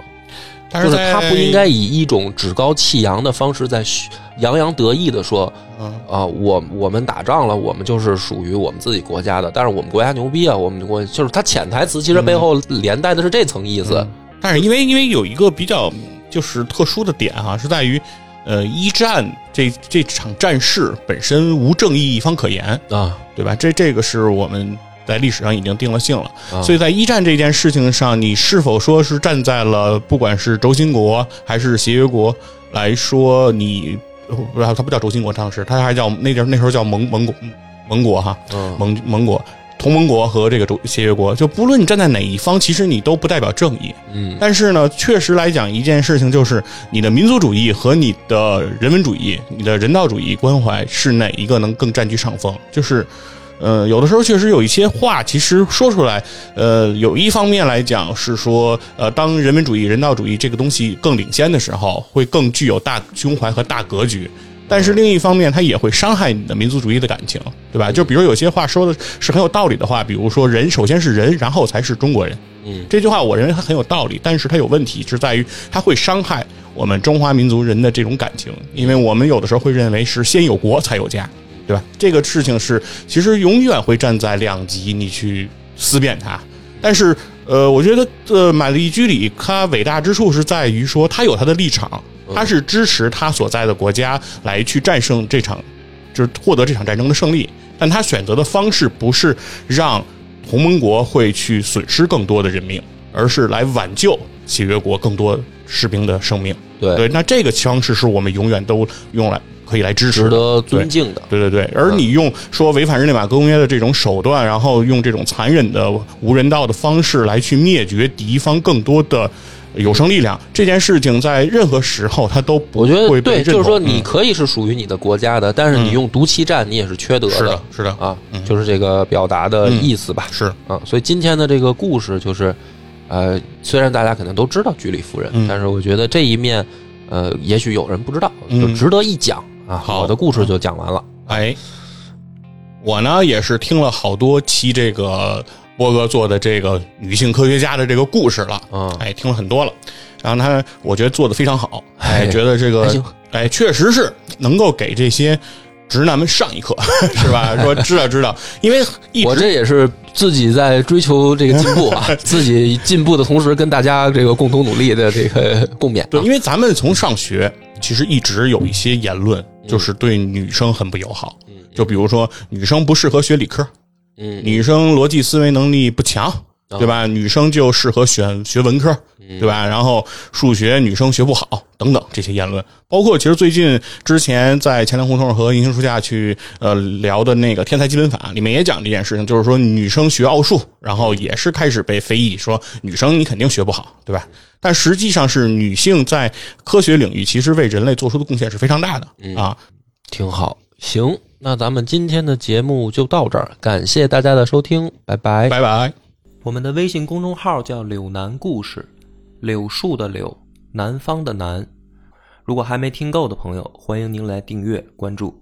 [SPEAKER 2] 但
[SPEAKER 1] 就是
[SPEAKER 2] 在
[SPEAKER 1] 他不应该以一种趾高气扬的方式在嘘洋洋得意的说
[SPEAKER 2] 嗯
[SPEAKER 1] 啊，我我们打仗了，我们就是属于我们自己国家的，但是我们国家牛逼啊，我们国就是他潜台词其实背后连带的是这层意思，
[SPEAKER 2] 嗯但是因为因为有一个比较就是特殊的点哈、是在于，呃，一战这这场战事本身无正义一方可言，
[SPEAKER 1] 啊，
[SPEAKER 2] 对吧？这这个是我们在历史上已经定了性了。
[SPEAKER 1] 啊
[SPEAKER 2] 所以在一战这件事情上，你是否说是站在了不管是轴心国还是协约国来说，你呃不，它不叫轴心国，当时它还叫那阵儿那时候叫盟盟国盟国哈
[SPEAKER 1] 嗯
[SPEAKER 2] 盟盟国同盟国和这个轴协约国，就不论你站在哪一方，其实你都不代表正义。
[SPEAKER 1] 嗯
[SPEAKER 2] 但是呢，确实来讲，一件事情就是你的民族主义和你的人文主义、你的人道主义关怀是哪一个能更占据上风？就是，呃，有的时候确实有一些话，其实说出来，呃，有一方面来讲是说，呃，当人文主义、人道主义这个东西更领先的时候，会更具有大胸怀和大格局。但是另一方面，它也会伤害你的民族主义的感情，对吧？就比如有些话说的是很有道理的话，比如说人首先是人，然后才是中国人。
[SPEAKER 1] 嗯
[SPEAKER 2] 这句话我认为它很有道理，但是它有问题是在于它会伤害我们中华民族人的这种感情，因为我们有的时候会认为是先有国才有家，对吧？这个事情是其实永远会站在两极，你去思辨它。但是，呃，我觉得，呃，马丽居里他伟大之处是在于说他有他的立场，他是支持他所在的国家来去战胜这场，就是获得这场战争的胜利。但他选择的方式不是让同盟国会去损失更多的人命，而是来挽救协约国更多士兵的生命。
[SPEAKER 1] 对，
[SPEAKER 2] 对，那这个方式是我们永远都用来可以来支持
[SPEAKER 1] 值
[SPEAKER 2] 的。
[SPEAKER 1] 得尊敬的，
[SPEAKER 2] 对对对，而你用说违反日内瓦公约的这种手段，然后用这种残忍的、无人道的方式来去灭绝敌方更多的有生力量，这件事情在任何时候它都不
[SPEAKER 1] 我觉得
[SPEAKER 2] 会被
[SPEAKER 1] 对，
[SPEAKER 2] 认
[SPEAKER 1] 就是说
[SPEAKER 2] 同
[SPEAKER 1] 你
[SPEAKER 2] 嗯
[SPEAKER 1] 可以是属于你的国家的，但是你用毒气战你也是缺德
[SPEAKER 2] 是的，嗯是的，
[SPEAKER 1] 啊，就是这个表达的意思吧。
[SPEAKER 2] 是
[SPEAKER 1] 啊，所以今天的这个故事就是，呃，虽然大家可能都知道居里夫人，
[SPEAKER 2] 嗯
[SPEAKER 1] 但是我觉得这一面，呃，也许有人不知道，
[SPEAKER 2] 嗯
[SPEAKER 1] 就值得一讲啊。啊，
[SPEAKER 2] 好
[SPEAKER 1] 我的故事就讲完了。
[SPEAKER 2] 哎，我呢也是听了好多期这个波哥做的这个女性科学家的这个故事了，
[SPEAKER 1] 嗯
[SPEAKER 2] 哎，听了很多了。然后他，我觉得做的非常好，哎，
[SPEAKER 1] 哎
[SPEAKER 2] 觉得这个
[SPEAKER 1] 还行，
[SPEAKER 2] 哎，确实是能够给这些直男们上一课， 是吧？说知道知道，因为一
[SPEAKER 1] 我
[SPEAKER 2] 直
[SPEAKER 1] 这也是自己在追求这个进步 啊，自己进步的同时，跟大家这个共同努力的这 个共勉、啊。
[SPEAKER 2] 对，因为咱们从上学其实一直有一些言论，
[SPEAKER 1] 嗯
[SPEAKER 2] 就是对女生很不友好，就比如说女生不适合学理科，
[SPEAKER 1] 嗯，啊
[SPEAKER 2] 女生逻辑思维能力不强，对吧？女生就适合选学文科，
[SPEAKER 1] 嗯
[SPEAKER 2] 对吧？然后数学女生学不好等等这些言论，包括其实最近之前在钱粮胡同和银杏树下去呃聊的那个《天才基本法》里面也讲这件事情，就是说女生学奥数，然后也是开始被非议说女生你肯定学不好，对吧？但实际上是女性在科学领域其实为人类做出的贡献是非常大的啊。
[SPEAKER 1] 挺好。行，那咱们今天的节目就到这儿，感谢大家的收听，拜拜。
[SPEAKER 2] 拜拜。
[SPEAKER 3] 我们的微信公众号叫“柳南故事”，柳树的柳，南方的南。如果还没听够的朋友，欢迎您来订阅关注。